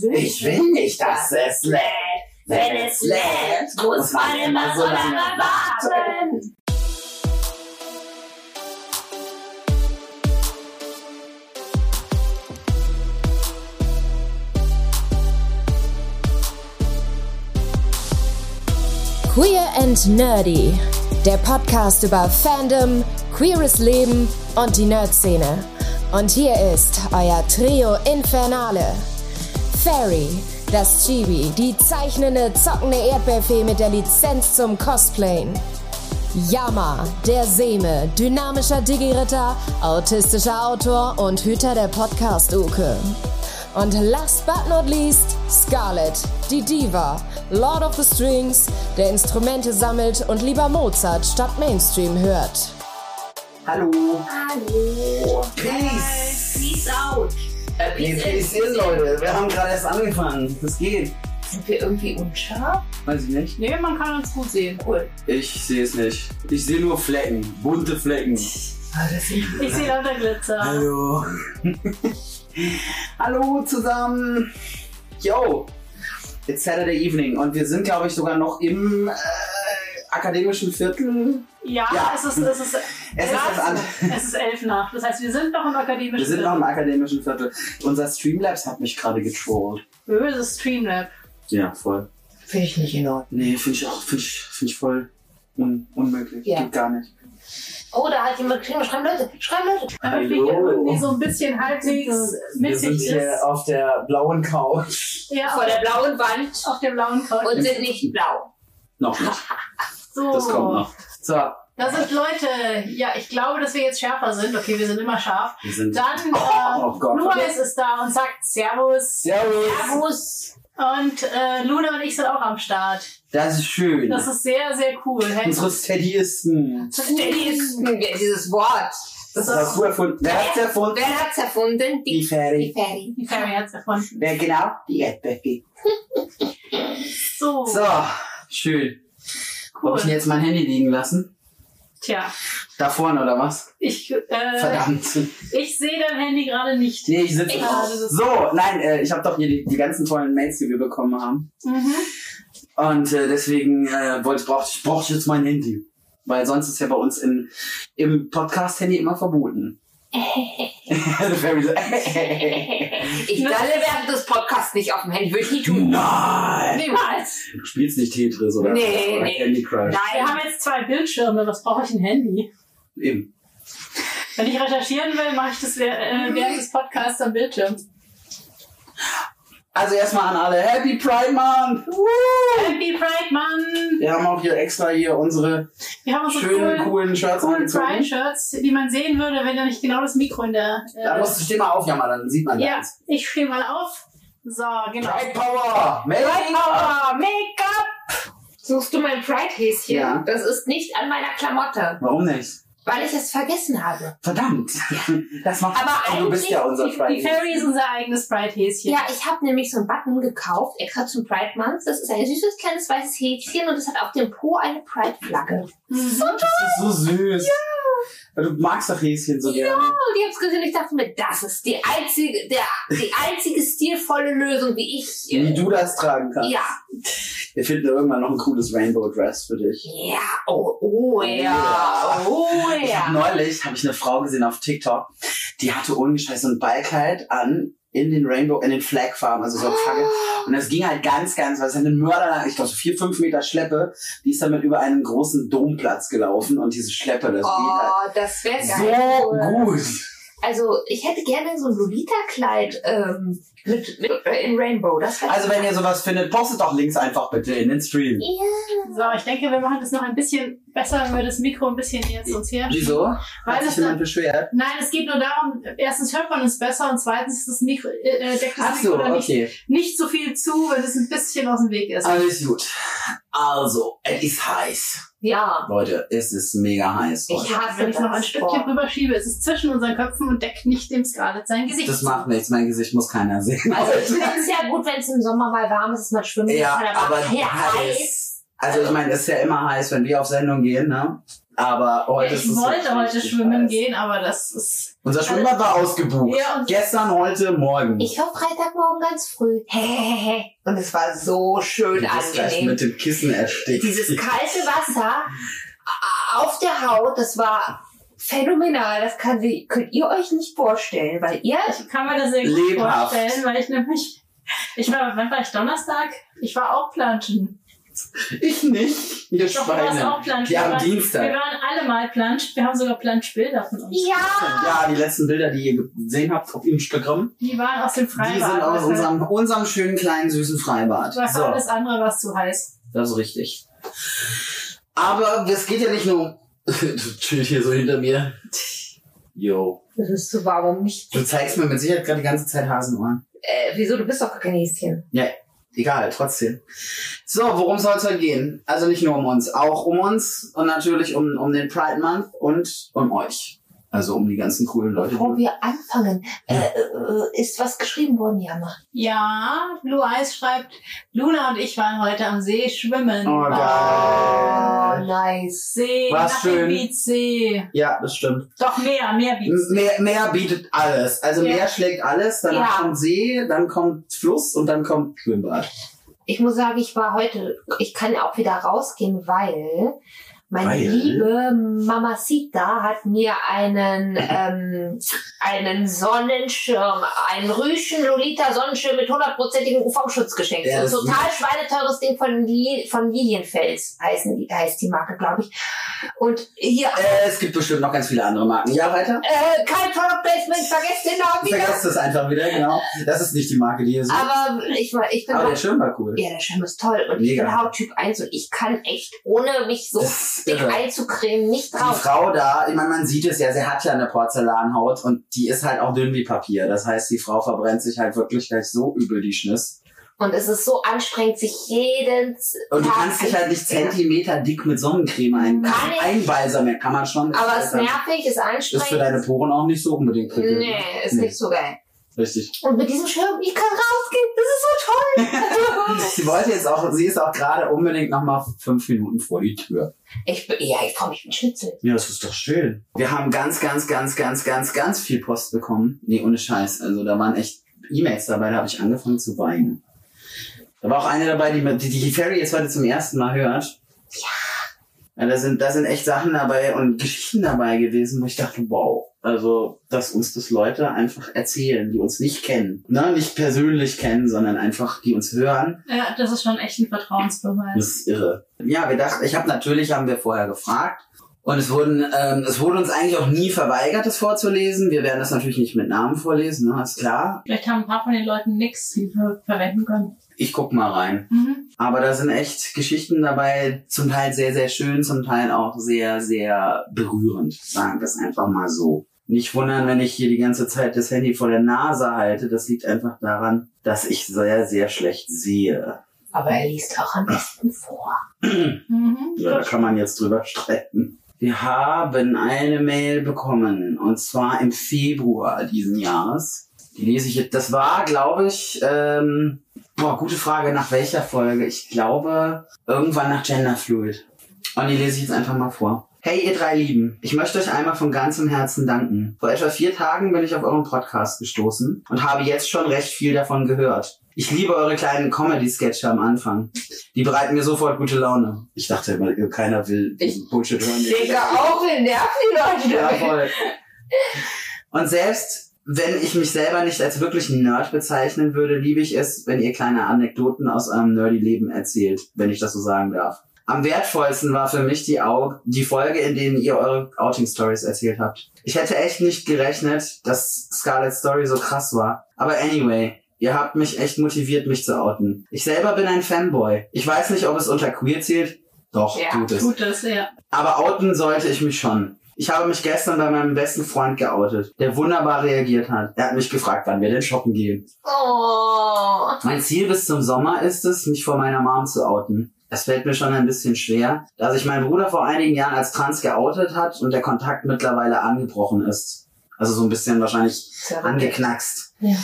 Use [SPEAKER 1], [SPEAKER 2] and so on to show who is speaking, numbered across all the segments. [SPEAKER 1] will,
[SPEAKER 2] Ich will nicht, dass es lädt. Wenn es lädt, muss man immer so lange warten.
[SPEAKER 3] Queer and Nerdy, der Podcast über Fandom, queeres Leben und die Nerdszene. Und hier ist euer Trio Infernale. Fairy, das Chibi, die zeichnende, zockende Erdbeerfee mit der Lizenz zum Cosplayen. Yama, der Seme, dynamischer Digi-Ritter, autistischer Autor und Hüter der Podcast-Uke. Und last but not least, Scarlett, die Diva, Lord of the Strings, der Instrumente sammelt und lieber Mozart statt Mainstream hört.
[SPEAKER 2] Hallo. Oh,
[SPEAKER 1] Hallo.
[SPEAKER 2] Peace.
[SPEAKER 1] Peace out. Äh,
[SPEAKER 2] Wie geht's dir, Leute? Wir haben gerade erst angefangen. Das geht.
[SPEAKER 1] Sind wir irgendwie unscharf?
[SPEAKER 2] Weiß ich nicht.
[SPEAKER 4] Nee, man kann uns gut sehen.
[SPEAKER 1] Cool.
[SPEAKER 2] Ich sehe es nicht. Ich sehe nur Flecken. Bunte Flecken.
[SPEAKER 4] Ich sehe lauter Glitzer.
[SPEAKER 2] Hallo. Hallo zusammen. Yo. It's Saturday evening und wir sind, glaube ich, sogar noch im äh, akademischen Viertel.
[SPEAKER 4] Ja,
[SPEAKER 2] Ja.
[SPEAKER 4] es ist, es ist,
[SPEAKER 2] Es ist das an.
[SPEAKER 4] es ist elf nach. Das heißt, wir sind noch im akademischen
[SPEAKER 2] Wir sind noch im akademischen Viertel. Unser Streamlabs hat mich gerade getrollt.
[SPEAKER 4] Böses Streamlab.
[SPEAKER 2] Ja, voll.
[SPEAKER 1] Finde ich nicht in Ordnung.
[SPEAKER 2] Nee, finde ich auch, finde ich, find ich voll un unmöglich.
[SPEAKER 1] Ja.
[SPEAKER 2] Geht gar nicht.
[SPEAKER 1] Oh, da hat jemand geschrieben. Schreiben Leute. Schreiben Leute.
[SPEAKER 4] Damit wir
[SPEAKER 2] Hallo.
[SPEAKER 4] hier irgendwie so ein bisschen halbwegs
[SPEAKER 2] Wir sind
[SPEAKER 4] mittig
[SPEAKER 2] hier
[SPEAKER 4] ist.
[SPEAKER 2] auf der blauen Couch.
[SPEAKER 4] Ja,
[SPEAKER 1] Vor der blauen Wand
[SPEAKER 4] auf der blauen Couch.
[SPEAKER 1] und sind nicht blau.
[SPEAKER 2] Noch nicht.
[SPEAKER 4] So.
[SPEAKER 2] Das kommt noch. So,
[SPEAKER 4] Da sind Leute. Ja, ich glaube, dass wir jetzt schärfer sind. Okay, wir sind immer scharf.
[SPEAKER 2] wir sind.
[SPEAKER 4] Dann,
[SPEAKER 2] Oh
[SPEAKER 4] äh,
[SPEAKER 2] Gott.
[SPEAKER 4] Luis ist da und sagt Servus.
[SPEAKER 2] Servus.
[SPEAKER 1] Servus.
[SPEAKER 4] Und äh, Luna und ich sind auch am Start.
[SPEAKER 2] Das ist schön.
[SPEAKER 4] Das ist sehr, sehr cool. Hey,
[SPEAKER 2] Unsere Steadyisten.
[SPEAKER 1] Steadysten. Wer dieses Wort?
[SPEAKER 2] Das hast du erfunden. Wer hat's erfunden?
[SPEAKER 1] Wer hat's erfunden?
[SPEAKER 2] Die
[SPEAKER 1] die
[SPEAKER 2] Fairy.
[SPEAKER 1] Fairy.
[SPEAKER 4] die Fairy hat's erfunden.
[SPEAKER 2] Wer genau? Die Erdbeerfee.
[SPEAKER 4] So,
[SPEAKER 2] So, schön. Hab ich denn
[SPEAKER 4] Oh. cool.
[SPEAKER 2] jetzt mein Handy liegen lassen?
[SPEAKER 4] Tja,
[SPEAKER 2] Da vorne oder was?
[SPEAKER 4] ich, äh,
[SPEAKER 2] Verdammt.
[SPEAKER 4] ich sehe dein Handy gerade nicht.
[SPEAKER 2] Nee, ich sitze
[SPEAKER 1] Ich-
[SPEAKER 2] drauf. So, nein, äh, ich habe doch hier die, die ganzen tollen Mails, die wir bekommen haben.
[SPEAKER 4] Mhm.
[SPEAKER 2] Und äh, deswegen äh, wollte, brauchte ich, brauchte ich jetzt mein Handy. Weil sonst ist ja bei uns in, im Podcast-Handy immer verboten. Very so,
[SPEAKER 1] Ich dalle während des Podcasts nicht auf dem Handy. Würde ich nie tun.
[SPEAKER 2] Nein!
[SPEAKER 1] Niemals.
[SPEAKER 2] Du spielst nicht Tetris oder,
[SPEAKER 1] Nee,
[SPEAKER 2] oder
[SPEAKER 1] nee.
[SPEAKER 2] Candy Crush.
[SPEAKER 4] Wir haben jetzt zwei Bildschirme, was brauche ich ein Handy?
[SPEAKER 2] Eben.
[SPEAKER 4] Wenn ich recherchieren will, mache ich das wer- äh, während des Podcasts am Bildschirm.
[SPEAKER 2] Also erstmal an alle. Happy Pride Month! Woo!
[SPEAKER 4] Happy Pride Mann!
[SPEAKER 2] Wir haben auch hier extra hier unsere
[SPEAKER 4] Wir haben unsere
[SPEAKER 2] schönen,
[SPEAKER 4] coolen,
[SPEAKER 2] coolen Shirts
[SPEAKER 4] coolen
[SPEAKER 2] angezogen.
[SPEAKER 4] Pride-Shirts, die man sehen würde, wenn da nicht genau das Mikro in der... Äh,
[SPEAKER 2] Da musst du steh mal aufjammern, dann sieht man
[SPEAKER 4] ja,
[SPEAKER 2] das.
[SPEAKER 4] ich stehe mal auf. So, genau.
[SPEAKER 2] Pride Power! Pride
[SPEAKER 4] Oh, Make-up!
[SPEAKER 1] Suchst du mein Pride-Häschen?
[SPEAKER 2] Ja.
[SPEAKER 1] Das ist nicht an meiner Klamotte,
[SPEAKER 2] Warum nicht?
[SPEAKER 1] weil ich es vergessen habe.
[SPEAKER 2] Verdammt. Das macht
[SPEAKER 1] Aber
[SPEAKER 2] Aber du bist ja
[SPEAKER 1] eigentlich-
[SPEAKER 2] unser
[SPEAKER 1] die-
[SPEAKER 2] Friday.
[SPEAKER 4] Die Fairy ist unser eigenes Pride-Häschen.
[SPEAKER 1] Ja, ich habe nämlich so einen Button gekauft, extra zum Pride Month. Das ist ein süßes kleines weißes Häschen und es hat auf dem Po eine Pride-Flagge. Oh,
[SPEAKER 4] Mhm.
[SPEAKER 2] Das ist so süß. Ja. Du magst doch Häschen so gerne.
[SPEAKER 1] Und ich habe es gesehen und ich dachte mir, das ist die einzige, der, die einzige stilvolle Lösung, die ich.
[SPEAKER 2] Wie du das tragen kannst.
[SPEAKER 1] ja,
[SPEAKER 2] Wir finden irgendwann noch ein cooles Rainbow Dress für dich.
[SPEAKER 1] ja, oh, oh ja, oh
[SPEAKER 2] Ich hab
[SPEAKER 1] ja.
[SPEAKER 2] neulich habe ich eine Frau gesehen auf TikTok, die hatte ohne Scheiß so ein Balkheit an in den Rainbow, in den Flagfarben, also so eine Flagge.
[SPEAKER 1] Oh.
[SPEAKER 2] Und das ging halt ganz, ganz, weil es eine Mörder, ich glaube so vier, fünf Meter Schleppe, die ist damit über einen großen Domplatz gelaufen und diese Schleppe, das geht
[SPEAKER 1] Oh, das wäre geil.
[SPEAKER 2] halt so gut.
[SPEAKER 1] Also, ich hätte gerne so ein Lolita-Kleid ähm, mit, mit äh, in Rainbow. Das wär-
[SPEAKER 2] Also wenn ihr sowas findet, postet doch Links einfach bitte in den Stream.
[SPEAKER 1] Ja.
[SPEAKER 4] So, ich denke, wir machen das noch ein bisschen besser, wenn wir das Mikro ein bisschen jetzt uns her.
[SPEAKER 2] Wieso? Hat
[SPEAKER 4] Weil
[SPEAKER 2] sich
[SPEAKER 4] es
[SPEAKER 2] jemand beschwert?
[SPEAKER 4] Nein, es geht nur darum, erstens hört man es besser und zweitens ist das Mikro, äh, äh, deckt
[SPEAKER 2] Ach
[SPEAKER 4] das
[SPEAKER 2] so,
[SPEAKER 4] Mikro dann nicht,
[SPEAKER 2] okay.
[SPEAKER 4] nicht so viel zu, wenn es ein bisschen aus dem Weg ist.
[SPEAKER 2] Alles gut. Also, es ist heiß.
[SPEAKER 1] Ja.
[SPEAKER 2] Leute, es ist mega heiß.
[SPEAKER 1] Ich hasse
[SPEAKER 4] wenn ich noch ein
[SPEAKER 1] das.
[SPEAKER 4] Stückchen
[SPEAKER 1] Boah.
[SPEAKER 4] rüber schiebe, ist es zwischen unseren Köpfen und deckt nicht dem Scarlett sein Gesicht.
[SPEAKER 2] Das
[SPEAKER 4] zu.
[SPEAKER 2] macht nichts, mein Gesicht muss keiner sehen. Also,
[SPEAKER 1] Also ich finde es ja gut, wenn es im Sommer mal warm ist, dass man schwimmen
[SPEAKER 5] halt
[SPEAKER 2] Ja,
[SPEAKER 1] kann,
[SPEAKER 2] aber
[SPEAKER 1] ja,
[SPEAKER 2] heiß.
[SPEAKER 1] heiß.
[SPEAKER 2] Also ich meine, es ist ja immer heiß, wenn wir auf Sendung gehen, ne? Aber heute
[SPEAKER 5] ja,
[SPEAKER 2] ist
[SPEAKER 5] ich
[SPEAKER 2] es
[SPEAKER 5] wollte
[SPEAKER 2] so
[SPEAKER 5] heute
[SPEAKER 2] richtig
[SPEAKER 5] schwimmen
[SPEAKER 2] heiß.
[SPEAKER 5] gehen, aber das ist.
[SPEAKER 2] Unser Schwimmbad war ausgebucht.
[SPEAKER 5] Ja, und-
[SPEAKER 2] Gestern, heute, morgen.
[SPEAKER 1] Ich war Freitagmorgen ganz früh. Und es war so schön
[SPEAKER 2] Du bist gleich
[SPEAKER 1] angenehm.
[SPEAKER 2] mit dem Kissen erstickt.
[SPEAKER 1] Dieses kalte Wasser a- auf der Haut, das war phänomenal. Das kann sie, könnt ihr euch nicht vorstellen, weil ihr
[SPEAKER 5] Ich kann mir das sehr gut
[SPEAKER 2] Lebhaft.
[SPEAKER 5] vorstellen, weil ich nämlich. Ich war, wann war ich? Donnerstag? Ich war auch planschen.
[SPEAKER 2] Ich nicht. Ihr
[SPEAKER 5] Doch, du warst
[SPEAKER 2] Schweine.
[SPEAKER 5] auch planschen.
[SPEAKER 2] Wir
[SPEAKER 5] Wir
[SPEAKER 2] haben
[SPEAKER 5] waren- Wir
[SPEAKER 2] Dienstag.
[SPEAKER 5] waren alle mal planschen. Wir haben sogar Planschbilder von uns.
[SPEAKER 1] ja,
[SPEAKER 2] Ja, die letzten Bilder, die ihr gesehen habt auf Instagram,
[SPEAKER 5] Die waren aus dem Freibad.
[SPEAKER 2] die sind aus
[SPEAKER 5] Das heißt,
[SPEAKER 2] unserem, unserem schönen, kleinen, süßen Freibad.
[SPEAKER 5] war
[SPEAKER 2] So,
[SPEAKER 5] Alles andere war zu heiß.
[SPEAKER 2] das ist richtig. Aber es geht ja nicht nur um... Du chillst hier so hinter mir. Yo.
[SPEAKER 1] Das ist zu warm um mich.
[SPEAKER 2] Du zeigst mir mit Sicherheit gerade die ganze Zeit Hasenohren.
[SPEAKER 1] Äh, wieso? Du bist doch gar kein Häschen.
[SPEAKER 2] Ja, egal, trotzdem. So, worum soll es heute gehen? Also nicht nur um uns, auch um uns und natürlich um, um den Pride Month und um euch. Also um die ganzen coolen Leute.
[SPEAKER 1] Bevor wir anfangen, äh, äh, ist was geschrieben worden, Jana.
[SPEAKER 5] Ja, Blue Eyes schreibt, Luna und ich waren heute am See schwimmen.
[SPEAKER 2] Oh,
[SPEAKER 1] Oh,
[SPEAKER 2] geil.
[SPEAKER 1] nice.
[SPEAKER 5] See,
[SPEAKER 2] War's
[SPEAKER 5] nach
[SPEAKER 2] schön?
[SPEAKER 5] dem Beatsee.
[SPEAKER 2] Ja, das stimmt.
[SPEAKER 5] Doch mehr, mehr Beats.
[SPEAKER 2] Mehr, mehr bietet alles. Also
[SPEAKER 5] Ja.
[SPEAKER 2] mehr schlägt alles. Dann
[SPEAKER 1] Ja.
[SPEAKER 2] kommt See, dann kommt Fluss und dann kommt Schwimmbad.
[SPEAKER 1] Ich muss sagen, ich war heute, ich kann auch wieder rausgehen, weil meine
[SPEAKER 2] Weil?
[SPEAKER 1] liebe Mamacita hat mir einen, ähm, einen Sonnenschirm, einen Rüschen Lolita Sonnenschirm mit hundertprozentigem UV-Schutz geschenkt.
[SPEAKER 2] Ja,
[SPEAKER 1] so ein
[SPEAKER 2] das ist-
[SPEAKER 1] total schweineteures Ding von, Li von Lilienfels heißen, die- heißt die Marke, glaube ich. Und hier,
[SPEAKER 2] Äh, es gibt bestimmt noch ganz viele andere Marken. Ja, weiter.
[SPEAKER 1] äh, kein Product Placement, vergesst den Namen wieder.
[SPEAKER 2] Vergesst das einfach wieder, genau. Das ist nicht die Marke, die ihr sucht.
[SPEAKER 1] Aber ich, war- ich bin
[SPEAKER 2] Aber der
[SPEAKER 1] halt,
[SPEAKER 2] Schirm war cool.
[SPEAKER 1] ja, der Schirm ist toll und
[SPEAKER 2] Mega.
[SPEAKER 1] ich bin Hauttyp 1 und ich kann echt, ohne mich so
[SPEAKER 2] Das ist
[SPEAKER 1] dick
[SPEAKER 2] irre.
[SPEAKER 1] einzucremen, nicht
[SPEAKER 2] die
[SPEAKER 1] drauf.
[SPEAKER 2] Frau da, ich meine, man sieht es ja, sie hat ja eine Porzellanhaut und die ist halt auch dünn wie Papier. Das heißt, die Frau verbrennt sich halt wirklich gleich so übel die Schniss.
[SPEAKER 1] Und es ist so anstrengend, sich jeden
[SPEAKER 2] Und du
[SPEAKER 1] Tag
[SPEAKER 2] kannst dich halt nicht Zentimeter dick mit Sonnencreme ein
[SPEAKER 1] Kann ich.
[SPEAKER 2] einbalsamieren. Kann man schon.
[SPEAKER 1] Aber es
[SPEAKER 2] ist
[SPEAKER 1] ist
[SPEAKER 2] halt-
[SPEAKER 1] nervig, ist
[SPEAKER 2] Ist für deine
[SPEAKER 1] anstrengend.
[SPEAKER 2] Poren auch nicht so unbedingt prickelnd.
[SPEAKER 1] Nee, ist nicht so geil.
[SPEAKER 2] Richtig.
[SPEAKER 1] Und mit diesem Schirm, ich kann rausgehen, das ist so toll.
[SPEAKER 2] Sie wollte jetzt auch, sie ist auch gerade unbedingt nochmal fünf Minuten vor die Tür.
[SPEAKER 1] ich, bin- ja, ich freue mich mit Schnitzel.
[SPEAKER 2] Ja, das ist doch schön. Wir haben ganz, ganz, ganz, ganz, ganz, ganz viel Post bekommen. Nee, ohne Scheiß. Also da waren echt E-Mails dabei, da habe ich angefangen zu weinen. Da war auch eine dabei, die die, die Ferry jetzt heute zum ersten Mal hört. Ja. ja da, sind, da sind echt Sachen dabei und Geschichten dabei gewesen, wo ich dachte, wow. Also, dass uns das Leute einfach erzählen, die uns nicht kennen. Ne? Nicht persönlich kennen, sondern einfach, die uns hören
[SPEAKER 5] Ja, das ist schon echt ein Vertrauensbeweis.
[SPEAKER 2] das ist irre. Ja, wir dachten, ich habe natürlich, haben wir vorher gefragt. Und es, wurden, ähm, es wurde uns eigentlich auch nie verweigert, das vorzulesen. Wir werden das natürlich nicht mit Namen vorlesen, ne, ist klar.
[SPEAKER 5] Vielleicht haben ein paar von den Leuten nichts, die wir verwenden können.
[SPEAKER 2] Ich guck mal rein.
[SPEAKER 5] Mhm.
[SPEAKER 2] Aber da sind echt Geschichten dabei, zum Teil sehr, sehr schön, zum Teil auch sehr, sehr berührend. Sagen wir es einfach mal so. Nicht wundern, wenn ich hier die ganze Zeit das Handy vor der Nase halte. Das liegt einfach daran, dass ich sehr, sehr schlecht sehe.
[SPEAKER 1] Aber er liest auch am besten vor.
[SPEAKER 5] Mhm.
[SPEAKER 2] Ja, da kann man jetzt drüber streiten. Wir haben eine Mail bekommen und zwar im Februar diesen Jahres. Die lese ich jetzt. Das war, glaube ich, ähm, boah, gute Frage, nach welcher Folge? Ich glaube, irgendwann nach Genderfluid. Und die lese ich jetzt einfach mal vor. Hey, ihr drei Lieben, ich möchte euch einmal von ganzem Herzen danken. Vor etwa vier Tagen bin ich auf euren Podcast gestoßen und habe jetzt schon recht viel davon gehört. Ich liebe eure kleinen Comedy-Sketche am Anfang. Die bereiten mir sofort gute Laune. Ich dachte immer, keiner will
[SPEAKER 1] Ich-
[SPEAKER 2] Bullshit hören.
[SPEAKER 1] Digga, auch wie nerven die Leute damit.
[SPEAKER 2] Jawohl. Und selbst wenn ich mich selber nicht als wirklich Nerd bezeichnen würde, liebe ich es, wenn ihr kleine Anekdoten aus eurem Nerdy-Leben erzählt, wenn ich das so sagen darf. Am wertvollsten war für mich die, Au die Folge, in denen ihr eure Outing-Stories erzählt habt. Ich hätte echt nicht gerechnet, dass Scarlett's Story so krass war. Aber anyway, ihr habt mich echt motiviert, mich zu outen. Ich selber bin ein Fanboy. Ich weiß nicht, ob es unter queer zählt. Doch,
[SPEAKER 1] Ja,
[SPEAKER 2] tut es.
[SPEAKER 5] Tut das, ja.
[SPEAKER 2] Aber outen sollte ich mich schon. Ich habe mich gestern bei meinem besten Freund geoutet, der wunderbar reagiert hat. Er hat mich gefragt, wann wir denn shoppen gehen.
[SPEAKER 1] Oh.
[SPEAKER 2] Mein Ziel bis zum Sommer ist es, mich vor meiner Mom zu outen. Es fällt mir schon ein bisschen schwer, da sich mein Bruder vor einigen Jahren als trans geoutet hat und der Kontakt mittlerweile angebrochen ist. Also so ein bisschen wahrscheinlich angeknackst.
[SPEAKER 1] Ja.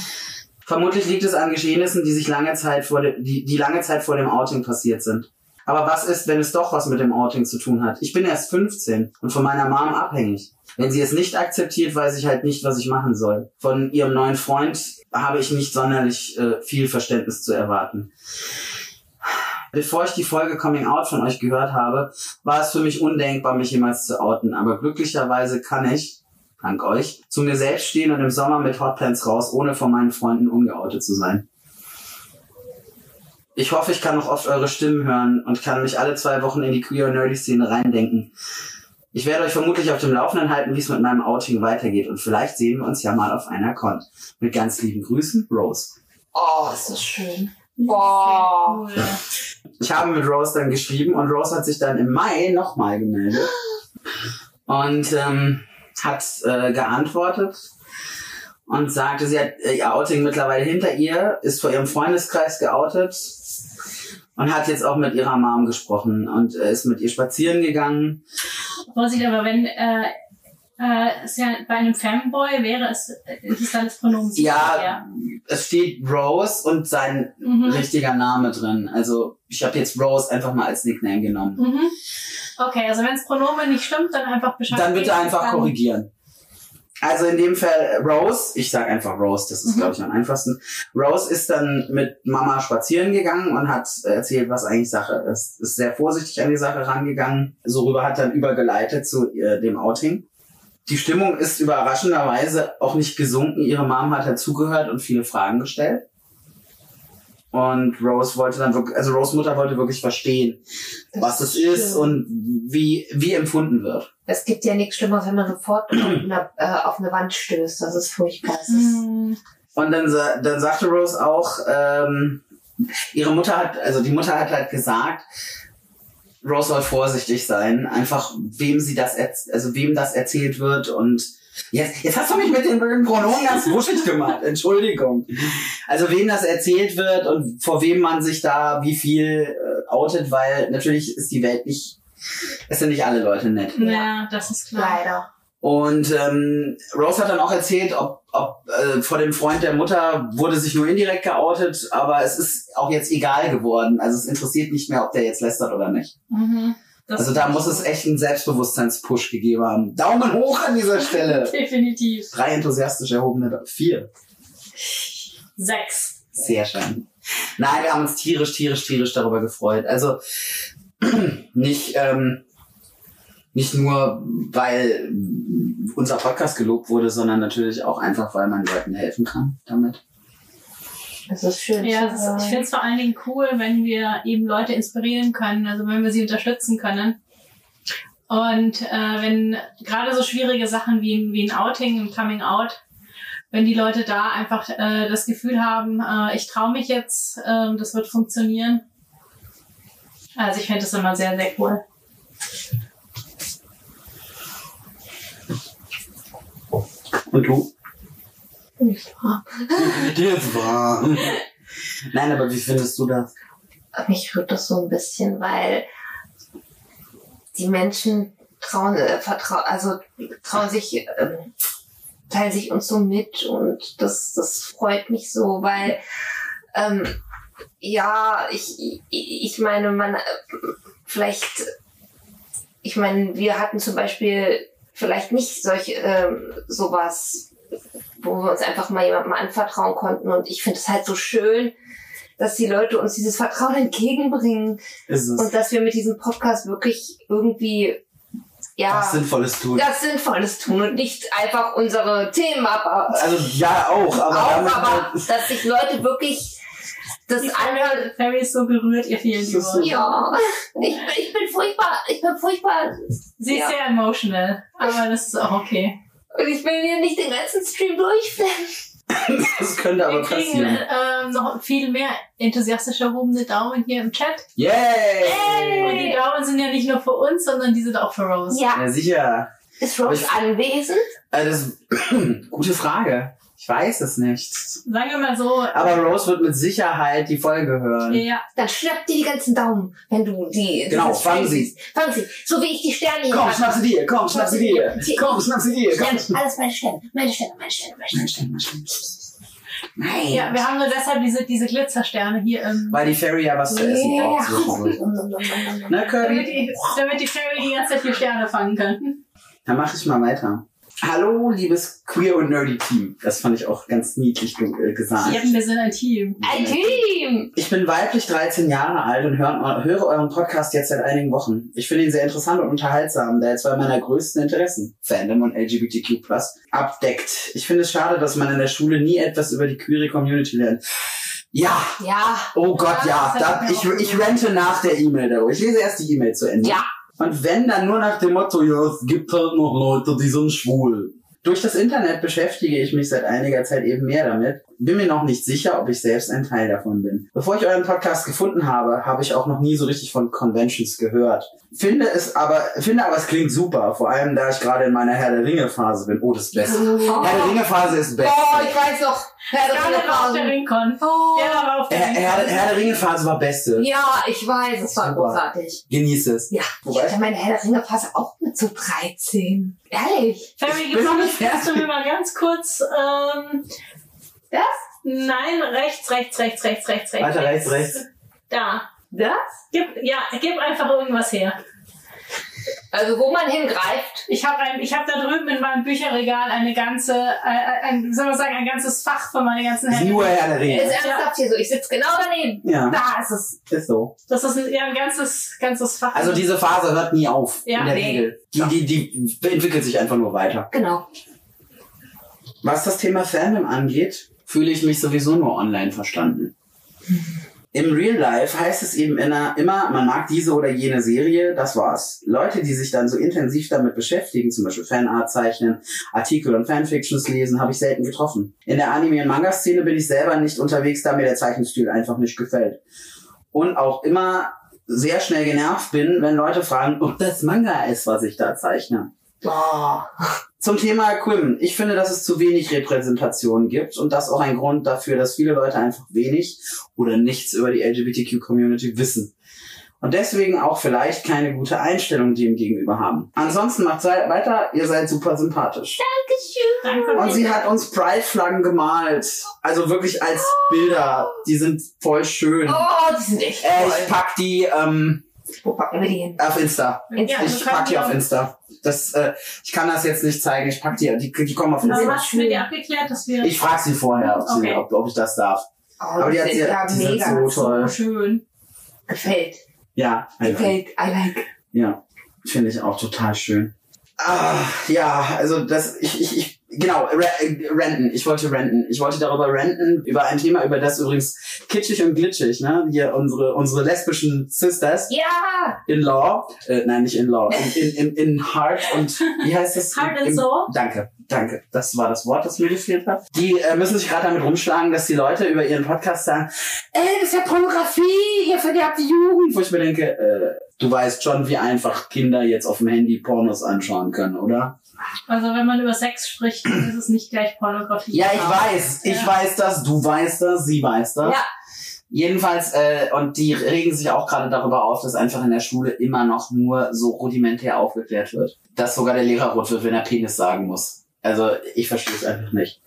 [SPEAKER 2] Vermutlich liegt es an Geschehnissen, die sich lange Zeit vor de, die, die lange Zeit vor dem Outing passiert sind. Aber was ist, wenn es doch was mit dem Outing zu tun hat? Ich bin erst 15 und von meiner Mom abhängig. Wenn sie es nicht akzeptiert, weiß ich halt nicht, was ich machen soll. Von ihrem neuen Freund habe ich nicht sonderlich äh, viel Verständnis zu erwarten. Bevor ich die Folge Coming Out von euch gehört habe, war es für mich undenkbar, mich jemals zu outen. Aber glücklicherweise kann ich, dank euch, zu mir selbst stehen und im Sommer mit Hotpants raus, ohne von meinen Freunden ungeoutet zu sein. Ich hoffe, ich kann noch oft eure Stimmen hören und kann mich alle zwei Wochen in die queer und nerdy Szene reindenken. Ich werde euch vermutlich auf dem Laufenden halten, wie es mit meinem Outing weitergeht und vielleicht sehen wir uns ja mal auf einer Con. Mit ganz lieben Grüßen, Rose.
[SPEAKER 1] Oh, ist das schön. Oh. Boah.
[SPEAKER 5] Cool.
[SPEAKER 2] Ich habe mit Rose dann geschrieben und Rose hat sich dann im Mai nochmal gemeldet und ähm, hat äh, geantwortet und sagte, sie hat äh, ihr Outing mittlerweile hinter ihr, ist vor ihrem Freundeskreis geoutet und hat jetzt auch mit ihrer Mom gesprochen und äh, ist mit ihr spazieren gegangen.
[SPEAKER 5] Vorsicht, aber wenn äh, äh, ist ja bei einem Fanboy wäre es äh, ist dann das Pronomen sie.
[SPEAKER 2] Ja, es steht Rose und sein
[SPEAKER 5] Mhm.
[SPEAKER 2] richtiger Name drin. Also ich habe jetzt Rose einfach mal als Nickname genommen.
[SPEAKER 5] Mhm. Okay, also wenn das Pronomen nicht stimmt, dann einfach Bescheid.
[SPEAKER 2] Dann bitte
[SPEAKER 5] geben,
[SPEAKER 2] einfach
[SPEAKER 5] dann-
[SPEAKER 2] korrigieren. Also in dem Fall Rose, ich sage einfach Rose, das ist
[SPEAKER 5] Mhm.
[SPEAKER 2] glaube ich am einfachsten. Rose ist dann mit Mama spazieren gegangen und hat äh, erzählt, was eigentlich Sache ist. Ist sehr vorsichtig an die Sache rangegangen, so rüber hat dann übergeleitet zu äh, dem Outing. Die Stimmung ist überraschenderweise auch nicht gesunken. Ihre Mom hat dazugehört und viele Fragen gestellt. Und Rose wollte dann wirklich, also Rose Mutter wollte wirklich verstehen, was es ist
[SPEAKER 1] schön.
[SPEAKER 2] und wie, wie empfunden wird.
[SPEAKER 1] Es gibt ja nichts Schlimmeres, wenn man sofort auf eine, äh, auf eine Wand stößt. Das ist furchtbar. Das ist,
[SPEAKER 5] Mhm.
[SPEAKER 2] Und dann, sa- dann sagte Rose auch, ähm, ihre Mutter hat, also die Mutter hat halt gesagt, Rose soll vorsichtig sein, einfach wem sie das, erz- also wem das erzählt wird und jetzt, jetzt hast du mich mit den blöden Pronomen ganz wuschig gemacht, Entschuldigung. Also wem das erzählt wird und vor wem man sich da wie viel äh, outet, weil natürlich ist die Welt nicht, es sind nicht alle Leute nett.
[SPEAKER 5] Ja, das ist klar.
[SPEAKER 1] leider.
[SPEAKER 2] Und ähm, Rose hat dann auch erzählt, ob, ob äh, vor dem Freund der Mutter wurde sich nur indirekt geoutet, aber es ist auch jetzt egal geworden. Also es interessiert nicht mehr, ob der jetzt lästert oder nicht.
[SPEAKER 5] Mhm. Das
[SPEAKER 2] Also da muss es echt einen Selbstbewusstseinspush gegeben haben. Daumen hoch an dieser Stelle.
[SPEAKER 5] Definitiv.
[SPEAKER 2] Drei enthusiastisch erhobene Da- vier.
[SPEAKER 5] Sechs.
[SPEAKER 2] Sehr schön. Nein, wir haben uns tierisch, tierisch, tierisch darüber gefreut. Also nicht, ähm, nicht nur, weil unser Podcast gelobt wurde, sondern natürlich auch einfach, weil man Leuten helfen kann damit.
[SPEAKER 1] Das ist schön.
[SPEAKER 5] Ja,
[SPEAKER 1] zu
[SPEAKER 5] das ist, ich
[SPEAKER 1] hören.
[SPEAKER 5] finde es vor allen Dingen cool, wenn wir eben Leute inspirieren können, also wenn wir sie unterstützen können. Und äh, wenn gerade so schwierige Sachen wie, ein- wie ein Outing, ein Coming Out, wenn die Leute da einfach äh, das Gefühl haben, äh, ich traue mich jetzt, ähm, das wird funktionieren. Also ich finde das immer sehr, sehr cool.
[SPEAKER 2] Und du?
[SPEAKER 1] Ich war-
[SPEAKER 2] Jetzt war. Nein, aber wie findest du das?
[SPEAKER 1] Mich rührt das so ein bisschen, weil die Menschen trauen, äh, vertrauen, also trauen sich, ähm, teilen sich uns so mit und das, das freut mich so, weil ähm, ja, ich, ich ich meine, man äh, vielleicht, ich meine, wir hatten zum Beispiel vielleicht nicht solch ähm, sowas, wo wir uns einfach mal jemandem anvertrauen konnten und ich finde es halt so schön, dass die Leute uns dieses Vertrauen entgegenbringen
[SPEAKER 2] Ist es
[SPEAKER 1] und dass wir mit diesem Podcast wirklich irgendwie ja
[SPEAKER 2] was Sinnvolles tun?
[SPEAKER 1] das Sinnvolles tun und nicht einfach unsere Themen ab,
[SPEAKER 2] Also ja, auch, aber,
[SPEAKER 1] auf,
[SPEAKER 2] damit- halt,
[SPEAKER 1] aber dass sich Leute wirklich das anhören.
[SPEAKER 5] Ferry ist so gerührt, ihr vielen
[SPEAKER 2] Das
[SPEAKER 5] Lieben.
[SPEAKER 2] ist so-
[SPEAKER 1] Ja, ich, bin- ich bin furchtbar, ich bin furchtbar
[SPEAKER 5] Sie ist
[SPEAKER 1] Ja.
[SPEAKER 5] sehr emotional, aber das ist auch okay.
[SPEAKER 1] und ich will mir nicht den ganzen Stream durchflennen.
[SPEAKER 2] das könnte
[SPEAKER 5] Wir
[SPEAKER 2] aber
[SPEAKER 5] kriegen
[SPEAKER 2] passieren.
[SPEAKER 5] ähm, noch viel mehr enthusiastisch erhobene Daumen hier im Chat.
[SPEAKER 2] Yay!
[SPEAKER 5] Und die Daumen sind ja nicht nur für uns, sondern die sind auch für Rose.
[SPEAKER 1] Ja,
[SPEAKER 2] Ja, sicher.
[SPEAKER 1] ist Rose anwesend?
[SPEAKER 2] Also, das, gute Frage. Ich weiß es nicht.
[SPEAKER 5] Sagen wir mal so.
[SPEAKER 2] Aber Rose wird mit Sicherheit die Folge hören.
[SPEAKER 5] ja,
[SPEAKER 1] Dann schnapp dir die ganzen Daumen, wenn du die
[SPEAKER 2] Genau,
[SPEAKER 1] dieses
[SPEAKER 2] fang
[SPEAKER 1] Stream
[SPEAKER 2] sie.
[SPEAKER 1] siehst. Fang sie, so wie ich die Sterne hier
[SPEAKER 2] Komm,
[SPEAKER 1] habe.
[SPEAKER 2] schnapp sie dir, komm, schnapp sie dir. Komm, schnapp sie dir, komm.
[SPEAKER 1] Sterne, alles meine Sterne, meine Sterne, meine Sterne, meine Sterne.
[SPEAKER 2] Nein.
[SPEAKER 5] Ja, wir haben nur deshalb diese, diese Glitzersterne hier ähm, im.
[SPEAKER 2] Weil die Fairy ja was zu essen
[SPEAKER 1] Ja.
[SPEAKER 2] braucht. zwischendurch. Na,
[SPEAKER 5] Damit
[SPEAKER 2] Kirby?
[SPEAKER 5] die, damit die Fairy die ganze Zeit hier Sterne fangen kann.
[SPEAKER 2] Dann mach ich mal weiter. Hallo, liebes Queer und Nerdy Team. Das fand ich auch ganz niedlich ge äh, gesagt.
[SPEAKER 5] Ja, wir sind ein Team.
[SPEAKER 1] Ein Team!
[SPEAKER 2] Ich bin weiblich 13 Jahre alt und höre, höre euren Podcast jetzt seit einigen Wochen. Ich finde ihn sehr interessant und unterhaltsam, da er zwei meiner größten Interessen, Fandom und LGBTQ+, abdeckt. Ich finde es schade, dass man in der Schule nie etwas über die queere Community lernt. Ja,
[SPEAKER 1] Ja,
[SPEAKER 2] oh Gott, ja.
[SPEAKER 5] das
[SPEAKER 2] Da,
[SPEAKER 5] hat
[SPEAKER 2] ich,
[SPEAKER 5] mir auch
[SPEAKER 2] ich rente nach der E-Mail darüber. Ich lese erst die E-Mail zu Ende.
[SPEAKER 1] ja.
[SPEAKER 2] Und wenn dann nur nach dem Motto, ja, es gibt halt noch Leute, die sind schwul. Durch das Internet beschäftige ich mich seit einiger Zeit eben mehr damit. Bin mir noch nicht sicher, ob ich selbst ein Teil davon bin. Bevor ich euren Podcast gefunden habe, habe ich auch noch nie so richtig von Conventions gehört. Finde es aber, finde aber es klingt super. Vor allem, da ich gerade in meiner Herr der Ringe Phase bin. Oh, das Beste.
[SPEAKER 1] Oh,
[SPEAKER 2] Herr der Ringe Phase ist best.
[SPEAKER 1] oh, ich weiß noch. Herr der
[SPEAKER 5] Gerade auf der
[SPEAKER 1] Ringe-Phase.
[SPEAKER 5] Rincon.
[SPEAKER 1] Oh.
[SPEAKER 5] Ja, aber auf der
[SPEAKER 2] Herr, Herr,
[SPEAKER 5] Rincon.
[SPEAKER 2] Herr der Ringe Phase war beste.
[SPEAKER 1] Ja, ich weiß, es war
[SPEAKER 2] Super.
[SPEAKER 1] großartig.
[SPEAKER 2] Genieß es.
[SPEAKER 1] Ja, ich
[SPEAKER 2] Wobei-
[SPEAKER 1] hatte meine Herr der Ringe-Phase auch mit zu 13. Ehrlich?
[SPEAKER 5] Fairy,
[SPEAKER 2] Ich
[SPEAKER 5] gibt's
[SPEAKER 2] bin
[SPEAKER 5] noch
[SPEAKER 2] noch
[SPEAKER 5] nicht,
[SPEAKER 2] nicht
[SPEAKER 5] kannst du mir mal ganz kurz, ähm,
[SPEAKER 1] Das?
[SPEAKER 5] nein, rechts, rechts, rechts, rechts, rechts, rechts.
[SPEAKER 2] Weiter rechts, rechts.
[SPEAKER 5] Da.
[SPEAKER 1] Das?
[SPEAKER 5] Gib, ja, gib einfach irgendwas her.
[SPEAKER 1] Also, wo man hingreift.
[SPEAKER 5] Ich habe ein, ich habe da drüben in meinem Bücherregal eine ganze, äh, ein, wie soll man sagen, ein ganzes Fach für meine ganzen
[SPEAKER 2] Ist nur
[SPEAKER 5] Hände.
[SPEAKER 2] Herr der
[SPEAKER 1] Ist
[SPEAKER 2] Ringe.
[SPEAKER 1] ernsthaft hier so. Ich sitze genau daneben.
[SPEAKER 2] Ja,
[SPEAKER 1] Da ist es.
[SPEAKER 2] ist so.
[SPEAKER 5] Das ist ein, ja, ein ganzes, ganzes Fach.
[SPEAKER 2] Also diese Phase hört nie auf,
[SPEAKER 5] Ja,
[SPEAKER 2] in der
[SPEAKER 5] nee.
[SPEAKER 2] Regel. Die, die, die entwickelt sich einfach nur weiter.
[SPEAKER 1] Genau.
[SPEAKER 2] Was das Thema Fandom angeht, fühle ich mich sowieso nur online verstanden. Im Real Life heißt es eben inner- immer, man mag diese oder jene Serie, das war's. Leute, die sich dann so intensiv damit beschäftigen, zum Beispiel Fanart zeichnen, Artikel und Fanfictions lesen, habe ich selten getroffen. In der Anime- und Manga-Szene bin ich selber nicht unterwegs, da mir der Zeichenstil einfach nicht gefällt. Und auch immer sehr schnell genervt bin, wenn Leute fragen, ob das Manga ist, was ich da zeichne.
[SPEAKER 1] Oh.
[SPEAKER 2] Zum Thema Quim. Ich finde, dass es zu wenig Repräsentation gibt und das auch ein Grund dafür, dass viele Leute einfach wenig oder nichts über die LGBTQ-Community wissen. Und deswegen auch vielleicht keine gute Einstellung dem gegenüber haben. Ansonsten macht sei- weiter, ihr seid super sympathisch.
[SPEAKER 5] Danke.
[SPEAKER 2] Und sie hat uns Pride-Flaggen gemalt. Also wirklich als Bilder. Die sind voll schön.
[SPEAKER 1] Oh, die sind echt
[SPEAKER 2] Äh, ich
[SPEAKER 1] toll.
[SPEAKER 2] pack die ähm,
[SPEAKER 1] Wo packen wir die hin?
[SPEAKER 2] auf Insta.
[SPEAKER 5] Ja,
[SPEAKER 2] ich
[SPEAKER 5] du
[SPEAKER 2] pack die auf
[SPEAKER 5] kannst-
[SPEAKER 2] Insta. Das, äh, ich kann das jetzt nicht zeigen. Ich pack die, die, die kommen auf
[SPEAKER 5] Aber
[SPEAKER 2] Insta.
[SPEAKER 5] hast du mir die abgeklärt, dass wir
[SPEAKER 2] Ich frage sie vorher, ob, sie,
[SPEAKER 5] Okay.
[SPEAKER 2] ob, ob ich das darf.
[SPEAKER 1] Oh,
[SPEAKER 2] Aber die, hat,
[SPEAKER 1] sind
[SPEAKER 2] die, die sind so
[SPEAKER 5] so
[SPEAKER 2] toll.
[SPEAKER 5] schön.
[SPEAKER 1] Gefällt.
[SPEAKER 2] Ja, also,
[SPEAKER 1] Gefällt. I like.
[SPEAKER 2] ja, finde ich auch total schön. Ah, ja, also das, ich, ich, ich genau, ra- äh, renten. Ich wollte renten. Ich wollte darüber renten, über ein Thema, über das übrigens kitschig und glitschig, ne? Hier unsere, unsere lesbischen Sisters
[SPEAKER 1] Ja!
[SPEAKER 2] in Law, äh, nein, nicht in Law, in, in, in, in Heart und, wie heißt das?
[SPEAKER 5] Heart
[SPEAKER 2] Im-
[SPEAKER 5] and Soul.
[SPEAKER 2] Danke, danke. Das war das Wort, das mir gefehlt hat. Die äh, müssen sich gerade damit rumschlagen, dass die Leute über ihren Podcast sagen, ey, das ist ja Pornografie, ihr verderbt die Jugend. Wo ich mir denke, äh, du weißt schon, wie einfach Kinder jetzt auf dem Handy Pornos anschauen können, oder?
[SPEAKER 5] Also wenn man über Sex spricht, dann ist es nicht gleich Pornografie.
[SPEAKER 2] Ja, ich weiß, ich
[SPEAKER 5] Ja.
[SPEAKER 2] weiß das, du weißt das, sie weiß das.
[SPEAKER 1] Ja.
[SPEAKER 2] Jedenfalls, äh, und die regen sich auch gerade darüber auf, dass einfach in der Schule immer noch nur so rudimentär aufgeklärt wird. Dass sogar der Lehrer rot wird, wenn er Penis sagen muss. Also, ich verstehe es einfach nicht.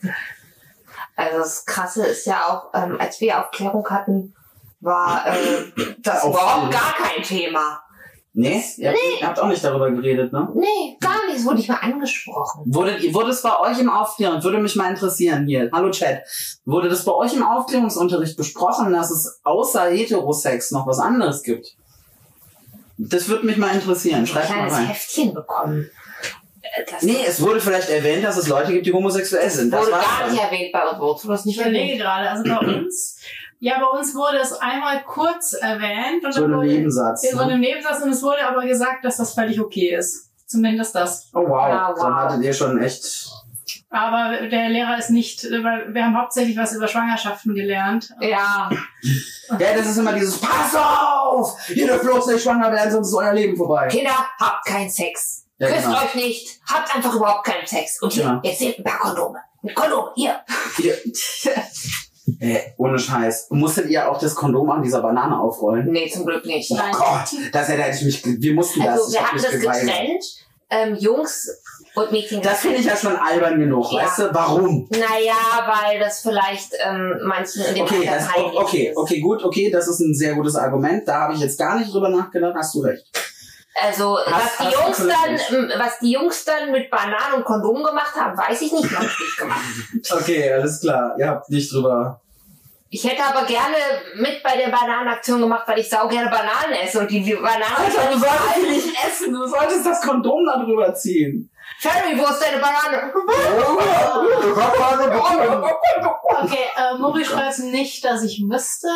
[SPEAKER 1] Also das Krasse ist ja auch, ähm, als wir Aufklärung hatten, war äh, das
[SPEAKER 2] Auf-
[SPEAKER 1] überhaupt gar kein Thema.
[SPEAKER 2] Nee, ihr habt, ihr habt auch nicht darüber geredet, ne?
[SPEAKER 1] Nee, gar nicht. Es wurde nicht mal angesprochen.
[SPEAKER 2] Wurde, wurde es bei euch im Aufklärung, würde mich mal interessieren hier, hallo Chat, wurde das bei euch im Aufklärungsunterricht besprochen, dass es außer Heterosex noch was anderes gibt? Das würde mich mal interessieren,
[SPEAKER 1] Ein
[SPEAKER 2] schreibt mal
[SPEAKER 1] kleines
[SPEAKER 2] rein.
[SPEAKER 1] Heftchen bekommen. Äh, Das
[SPEAKER 2] Nee, es wurde vielleicht erwähnt, dass es Leute gibt, die homosexuell sind. Das
[SPEAKER 1] wurde
[SPEAKER 2] war's
[SPEAKER 1] gar
[SPEAKER 2] dann.
[SPEAKER 1] nicht erwähnt bei uns. Bei uns wurde das
[SPEAKER 5] Ich
[SPEAKER 1] nicht
[SPEAKER 5] überlege
[SPEAKER 1] erwähnt.
[SPEAKER 5] gerade, also bei uns, ja, bei uns wurde es einmal kurz erwähnt und
[SPEAKER 2] So
[SPEAKER 5] dann
[SPEAKER 2] ein
[SPEAKER 5] wurde
[SPEAKER 2] Nebensatz.
[SPEAKER 5] in so
[SPEAKER 2] Ne?
[SPEAKER 5] einem Nebensatz und es wurde aber gesagt, dass das völlig okay ist. Zumindest das.
[SPEAKER 2] Oh wow,
[SPEAKER 1] Ja, wow.
[SPEAKER 2] dann hattet ihr schon echt.
[SPEAKER 5] Aber der Lehrer ist nicht, weil wir haben hauptsächlich was über Schwangerschaften gelernt.
[SPEAKER 1] Ja,
[SPEAKER 2] Ja, das ist immer dieses Pass auf! Ihr dürft bloß nicht schwanger werden, sonst ist euer Leben vorbei.
[SPEAKER 1] Kinder, habt keinen Sex.
[SPEAKER 2] Ja,
[SPEAKER 1] Küsst
[SPEAKER 2] genau.
[SPEAKER 1] euch nicht. Habt einfach überhaupt keinen Sex. Und hier,
[SPEAKER 2] Genau.
[SPEAKER 1] jetzt seht ein paar Kondome. Ein Kondom, hier.
[SPEAKER 2] Ey, Äh, ohne Scheiß. Musstet ihr auch das Kondom an dieser Banane aufrollen?
[SPEAKER 1] Nee, zum Glück nicht.
[SPEAKER 2] Oh
[SPEAKER 5] Nein.
[SPEAKER 2] Gott, das hätte ich mich. ge- Wir mussten das.
[SPEAKER 1] Also
[SPEAKER 2] ich
[SPEAKER 1] wir
[SPEAKER 2] hab
[SPEAKER 1] hatten
[SPEAKER 2] mich
[SPEAKER 1] das
[SPEAKER 2] geweigert.
[SPEAKER 1] getrennt. Ähm, Jungs Und Mädchen
[SPEAKER 2] Das finde ich ja schon albern genug,
[SPEAKER 1] Ja.
[SPEAKER 2] weißt du? Warum?
[SPEAKER 1] Naja, weil das vielleicht ähm, manchen in dem
[SPEAKER 2] Okay,
[SPEAKER 1] Alter
[SPEAKER 2] das,
[SPEAKER 1] peinlich
[SPEAKER 2] okay,
[SPEAKER 1] ist.
[SPEAKER 2] okay, gut, okay, das ist ein sehr gutes Argument. Da habe ich jetzt gar nicht drüber nachgedacht, hast du recht.
[SPEAKER 1] Also was,
[SPEAKER 2] Hast-
[SPEAKER 1] die
[SPEAKER 2] hast
[SPEAKER 1] Jungs
[SPEAKER 2] du
[SPEAKER 1] dann,
[SPEAKER 2] völlig
[SPEAKER 1] ähm, was die Jungs dann mit Bananen und Kondom gemacht haben, weiß ich nicht, was ich gemacht. habe.
[SPEAKER 2] Okay, alles klar. Ihr habt nicht drüber.
[SPEAKER 1] Ich hätte aber gerne mit bei der Bananenaktion gemacht, weil ich sau gerne Bananen esse und die Bananen
[SPEAKER 2] Alter, du solltest die nicht essen, du solltest das Kondom da drüber ziehen.
[SPEAKER 1] Ferry, wo ist deine Banane? Also, oh,
[SPEAKER 5] Okay, äh, Mori schreibt nicht, dass ich wüsste.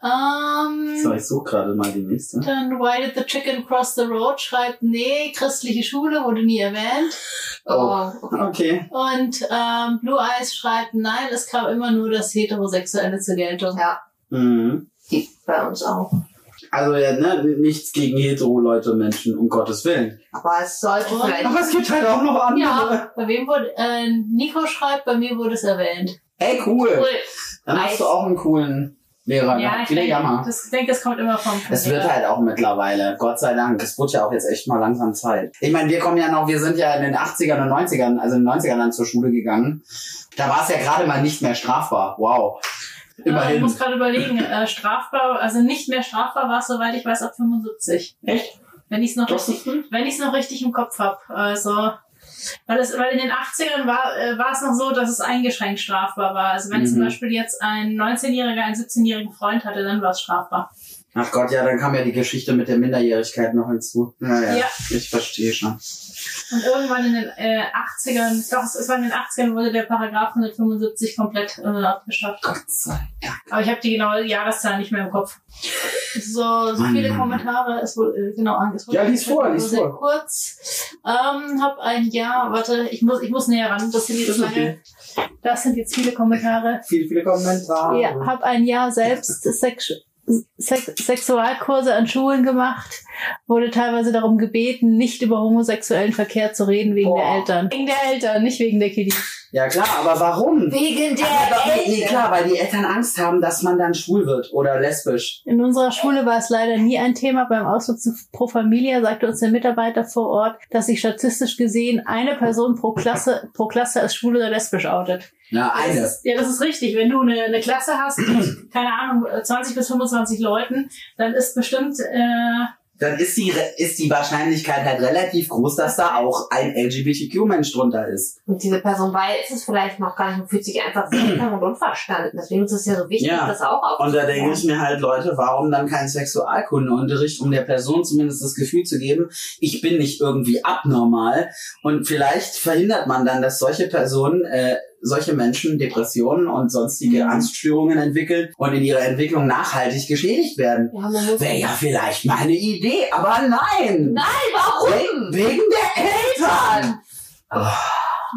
[SPEAKER 2] So,
[SPEAKER 5] Ähm,
[SPEAKER 2] ich suche gerade mal die nächste.
[SPEAKER 5] dann Why did the chicken cross the road? Schreibt, nee, christliche Schule wurde nie erwähnt.
[SPEAKER 1] Oh,
[SPEAKER 2] Okay.
[SPEAKER 5] Und ähm, Blue Eyes schreibt, nein, es kam immer nur das Heterosexuelle zur Geltung.
[SPEAKER 1] ja,
[SPEAKER 2] Mhm.
[SPEAKER 1] die bei uns auch.
[SPEAKER 2] Also, ja, ne, nichts gegen Hetero-Leute, Menschen, um Gottes Willen.
[SPEAKER 1] Aber es sollte
[SPEAKER 5] Und-
[SPEAKER 1] vielleicht.
[SPEAKER 2] Aber es gibt halt auch noch andere.
[SPEAKER 5] Ja, bei wem wurde, äh, Nico schreibt, bei mir wurde es erwähnt.
[SPEAKER 2] Ey, cool.
[SPEAKER 1] Cool.
[SPEAKER 2] Dann hast du auch einen coolen Lehrer gehabt. Wie der Jammer.
[SPEAKER 5] das, denke, das kommt immer vom
[SPEAKER 2] Es wird halt auch mittlerweile, Gott sei Dank, es wird ja auch jetzt echt mal langsam Zeit. Ich meine, wir kommen ja noch, wir sind ja in den 80ern und 90ern, also in den 90ern dann zur Schule gegangen. Da war es ja gerade mal nicht mehr strafbar. Wow.
[SPEAKER 5] Äh, ich
[SPEAKER 2] Immerhin.
[SPEAKER 5] muss gerade überlegen, äh, strafbar, also nicht mehr strafbar war es, soweit ich weiß, ab 75.
[SPEAKER 2] Echt?
[SPEAKER 5] Wenn ich es noch,
[SPEAKER 2] Doch, so
[SPEAKER 5] richtig-
[SPEAKER 2] früh?
[SPEAKER 5] wenn ich's noch richtig im Kopf habe. Also, weil, es, weil in den 80ern war äh, war es noch so, dass es eingeschränkt strafbar war. Also wenn zum
[SPEAKER 2] Mhm.
[SPEAKER 5] Beispiel jetzt ein 19-Jähriger einen 17-jährigen Freund hatte, dann war es strafbar.
[SPEAKER 2] Ach Gott, ja, dann kam ja die Geschichte mit der Minderjährigkeit noch hinzu. Ja, ja.
[SPEAKER 5] Ja.
[SPEAKER 2] Ich verstehe schon.
[SPEAKER 5] Und irgendwann in den äh, 80ern, doch, es- es war in den 80ern, wurde der Paragraph 175 komplett äh, abgeschafft.
[SPEAKER 2] Gott sei Dank.
[SPEAKER 5] Aber ich habe die genaue Jahreszahl nicht mehr im Kopf. So, so
[SPEAKER 2] Mann,
[SPEAKER 5] viele
[SPEAKER 2] Mann, Mann.
[SPEAKER 5] Kommentare. Es wurde, äh, genau, an- es wurde
[SPEAKER 2] Hm. Ja, lies vor, lies
[SPEAKER 5] sehr
[SPEAKER 2] vor.
[SPEAKER 5] kurz. Ähm, hab ein Jahr, warte, ich muss, ich muss näher ran. Das sind
[SPEAKER 2] Das
[SPEAKER 5] jetzt,
[SPEAKER 2] ist
[SPEAKER 5] meine, das sind jetzt viele Kommentare.
[SPEAKER 2] Viele, viele Kommentare.
[SPEAKER 5] Ja, hab ein Jahr selbst Sex, Sex, Sexualkurse an Schulen gemacht, wurde teilweise darum gebeten, nicht über homosexuellen Verkehr zu reden wegen
[SPEAKER 2] Boah.
[SPEAKER 5] der Eltern. Wegen der Eltern, nicht wegen der Kiddies.
[SPEAKER 2] ja klar, aber warum?
[SPEAKER 1] Wegen der
[SPEAKER 2] Aber warum- Nee,
[SPEAKER 1] Eltern.
[SPEAKER 2] klar, weil die Eltern Angst haben, dass man dann schwul wird oder lesbisch.
[SPEAKER 5] In unserer Schule war es leider nie ein Thema. Beim Ausflug zu Pro Familia sagte uns der Mitarbeiter vor Ort, dass sich statistisch gesehen eine Person pro Klasse, pro Klasse als schwul oder lesbisch outet.
[SPEAKER 2] Ja, eine.
[SPEAKER 5] Das ist, ja, das ist richtig. Wenn du eine, eine Klasse hast mit, keine Ahnung, 20 bis 25 Leuten, dann ist bestimmt, äh,
[SPEAKER 2] dann ist die, Re- ist die Wahrscheinlichkeit halt relativ groß, dass da auch ein LGBTQ-Mensch drunter ist.
[SPEAKER 1] Und diese Person weiß es vielleicht noch gar nicht und fühlt sich einfach seltsam und unverstanden. Deswegen ist es ja so wichtig,
[SPEAKER 2] Ja.
[SPEAKER 1] das auch
[SPEAKER 2] Und da denke
[SPEAKER 1] aufzuklären.
[SPEAKER 2] ich mir halt, Leute, warum dann kein Sexualkundeunterricht, um der Person zumindest das Gefühl zu geben, ich bin nicht irgendwie abnormal. Und vielleicht verhindert man dann, dass solche Personen, äh, solche Menschen Depressionen und sonstige
[SPEAKER 5] Mhm.
[SPEAKER 2] Angststörungen entwickeln und in ihrer Entwicklung nachhaltig geschädigt werden.
[SPEAKER 1] Ja, man muss.
[SPEAKER 2] Wäre ja vielleicht mal eine Idee, aber nein!
[SPEAKER 1] Nein, warum?
[SPEAKER 2] We- Wegen der Eltern!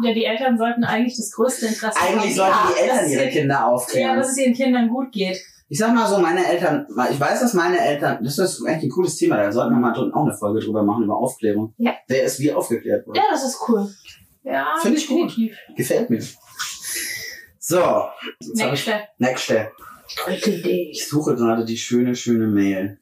[SPEAKER 5] ja, die Eltern sollten eigentlich das größte Interesse
[SPEAKER 2] Eigentlich
[SPEAKER 1] Ja,
[SPEAKER 2] sollten die Eltern
[SPEAKER 5] das-
[SPEAKER 2] ihre Kinder
[SPEAKER 5] Ja,
[SPEAKER 2] aufklären.
[SPEAKER 5] dass es ihren Kindern gut geht.
[SPEAKER 2] Ich sag mal so, meine Eltern, ich weiß, dass meine Eltern, das ist eigentlich ein cooles Thema, da sollten wir mal drin auch eine Folge drüber machen, über Aufklärung.
[SPEAKER 1] Ja.
[SPEAKER 2] Wer ist wie aufgeklärt worden?
[SPEAKER 1] Ja, das ist cool.
[SPEAKER 5] Ja,
[SPEAKER 2] Find ich gut.
[SPEAKER 5] definitiv.
[SPEAKER 2] Gefällt mir. So.
[SPEAKER 5] Nächste.
[SPEAKER 2] Nächste.
[SPEAKER 1] Gute Idee.
[SPEAKER 2] Ich suche gerade die schöne, schöne Mail.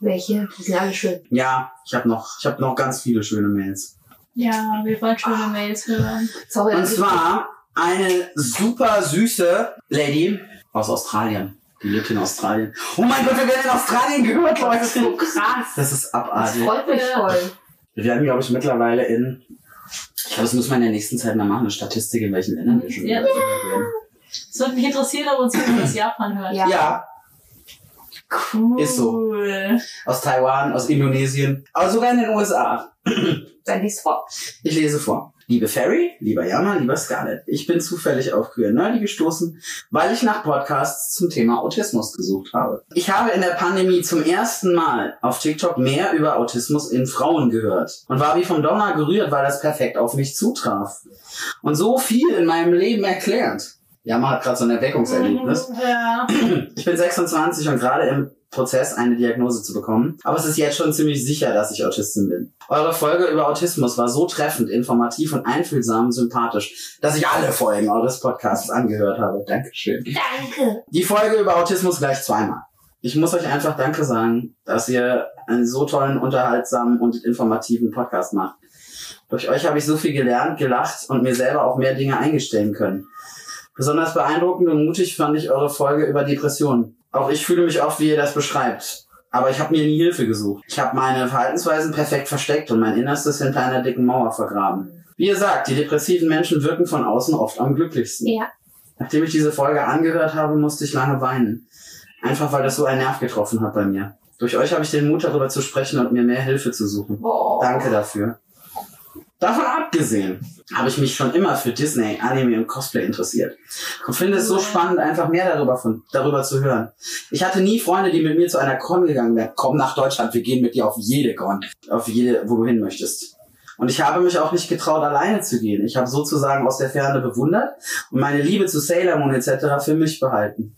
[SPEAKER 1] Welche? Die sind alle schön.
[SPEAKER 2] Ja, ich habe noch, ich habe noch ganz viele schöne Mails.
[SPEAKER 5] Ja, wir wollen schöne Mails hören.
[SPEAKER 1] Sorry, also,
[SPEAKER 2] Und
[SPEAKER 1] dass ich-
[SPEAKER 2] zwar eine super süße Lady aus Australien. Die lebt in Australien. Oh mein Gott, wir werden in Australien gehört, Leute.
[SPEAKER 1] krass.
[SPEAKER 2] Das ist
[SPEAKER 1] Das
[SPEAKER 2] abartig.
[SPEAKER 1] freut mich
[SPEAKER 5] Ja.
[SPEAKER 1] voll.
[SPEAKER 2] Wir werden, glaube ich, mittlerweile in. Ich glaube, das müssen wir in der nächsten Zeit mal machen, eine Statistik, in welchen Ländern wir schon
[SPEAKER 5] Ja.
[SPEAKER 2] wieder sind.
[SPEAKER 5] Es würde mich interessieren, ob uns jemand aus Japan hört.
[SPEAKER 1] Ja.
[SPEAKER 2] Ja,
[SPEAKER 5] Cool.
[SPEAKER 2] Ist so. aus Taiwan, aus Indonesien, aber sogar in den USA.
[SPEAKER 1] Dann lies vor.
[SPEAKER 2] Ich lese vor. Liebe Ferry, lieber Yama, lieber Scarlett, ich bin zufällig auf Queer Nerdy gestoßen, weil ich nach Podcasts zum Thema Autismus gesucht habe. Ich habe in der Pandemie zum ersten Mal auf TikTok mehr über Autismus in Frauen gehört und war wie vom Donner gerührt, weil das perfekt auf mich zutraf und so viel in meinem Leben erklärt. Yama hat gerade so ein Erweckungserlebnis.
[SPEAKER 5] Ja.
[SPEAKER 2] Ich bin 26 und gerade im Prozess, eine Diagnose zu bekommen. Aber es ist jetzt schon ziemlich sicher, dass ich Autistin bin. Eure Folge über Autismus war so treffend, informativ und einfühlsam und sympathisch, dass ich alle Folgen eures Podcasts angehört habe. Dankeschön.
[SPEAKER 1] Danke.
[SPEAKER 2] Die Folge über Autismus gleich zweimal. Ich muss euch einfach Danke sagen, dass ihr einen so tollen, unterhaltsamen und informativen Podcast macht. Durch euch habe ich so viel gelernt, gelacht und mir selber auch mehr Dinge eingestellen können. Besonders beeindruckend und mutig fand ich eure Folge über Depressionen. Auch ich fühle mich oft, wie ihr das beschreibt. Aber ich habe mir nie Hilfe gesucht. Ich habe meine Verhaltensweisen perfekt versteckt und mein Innerstes hinter einer dicken Mauer vergraben. Wie ihr sagt, die depressiven Menschen wirken von außen oft am glücklichsten.
[SPEAKER 1] Ja.
[SPEAKER 2] Nachdem ich diese Folge angehört habe, musste ich lange weinen. Einfach weil das so einen Nerv getroffen hat bei mir. Durch euch habe ich den Mut, darüber zu sprechen und mir mehr Hilfe zu suchen.
[SPEAKER 1] Oh.
[SPEAKER 2] Danke dafür. Davon abgesehen habe ich mich schon immer für Disney, Anime und Cosplay interessiert und finde es so spannend, einfach mehr darüber, von, darüber zu hören. Ich hatte nie Freunde, die mit mir zu einer Con gegangen wären. Komm nach Deutschland, wir gehen mit dir auf jede Con, auf jede, wo du hin möchtest. Und ich habe mich auch nicht getraut, alleine zu gehen. Ich habe sozusagen aus der Ferne bewundert und meine Liebe zu Sailor Moon etc. für mich behalten.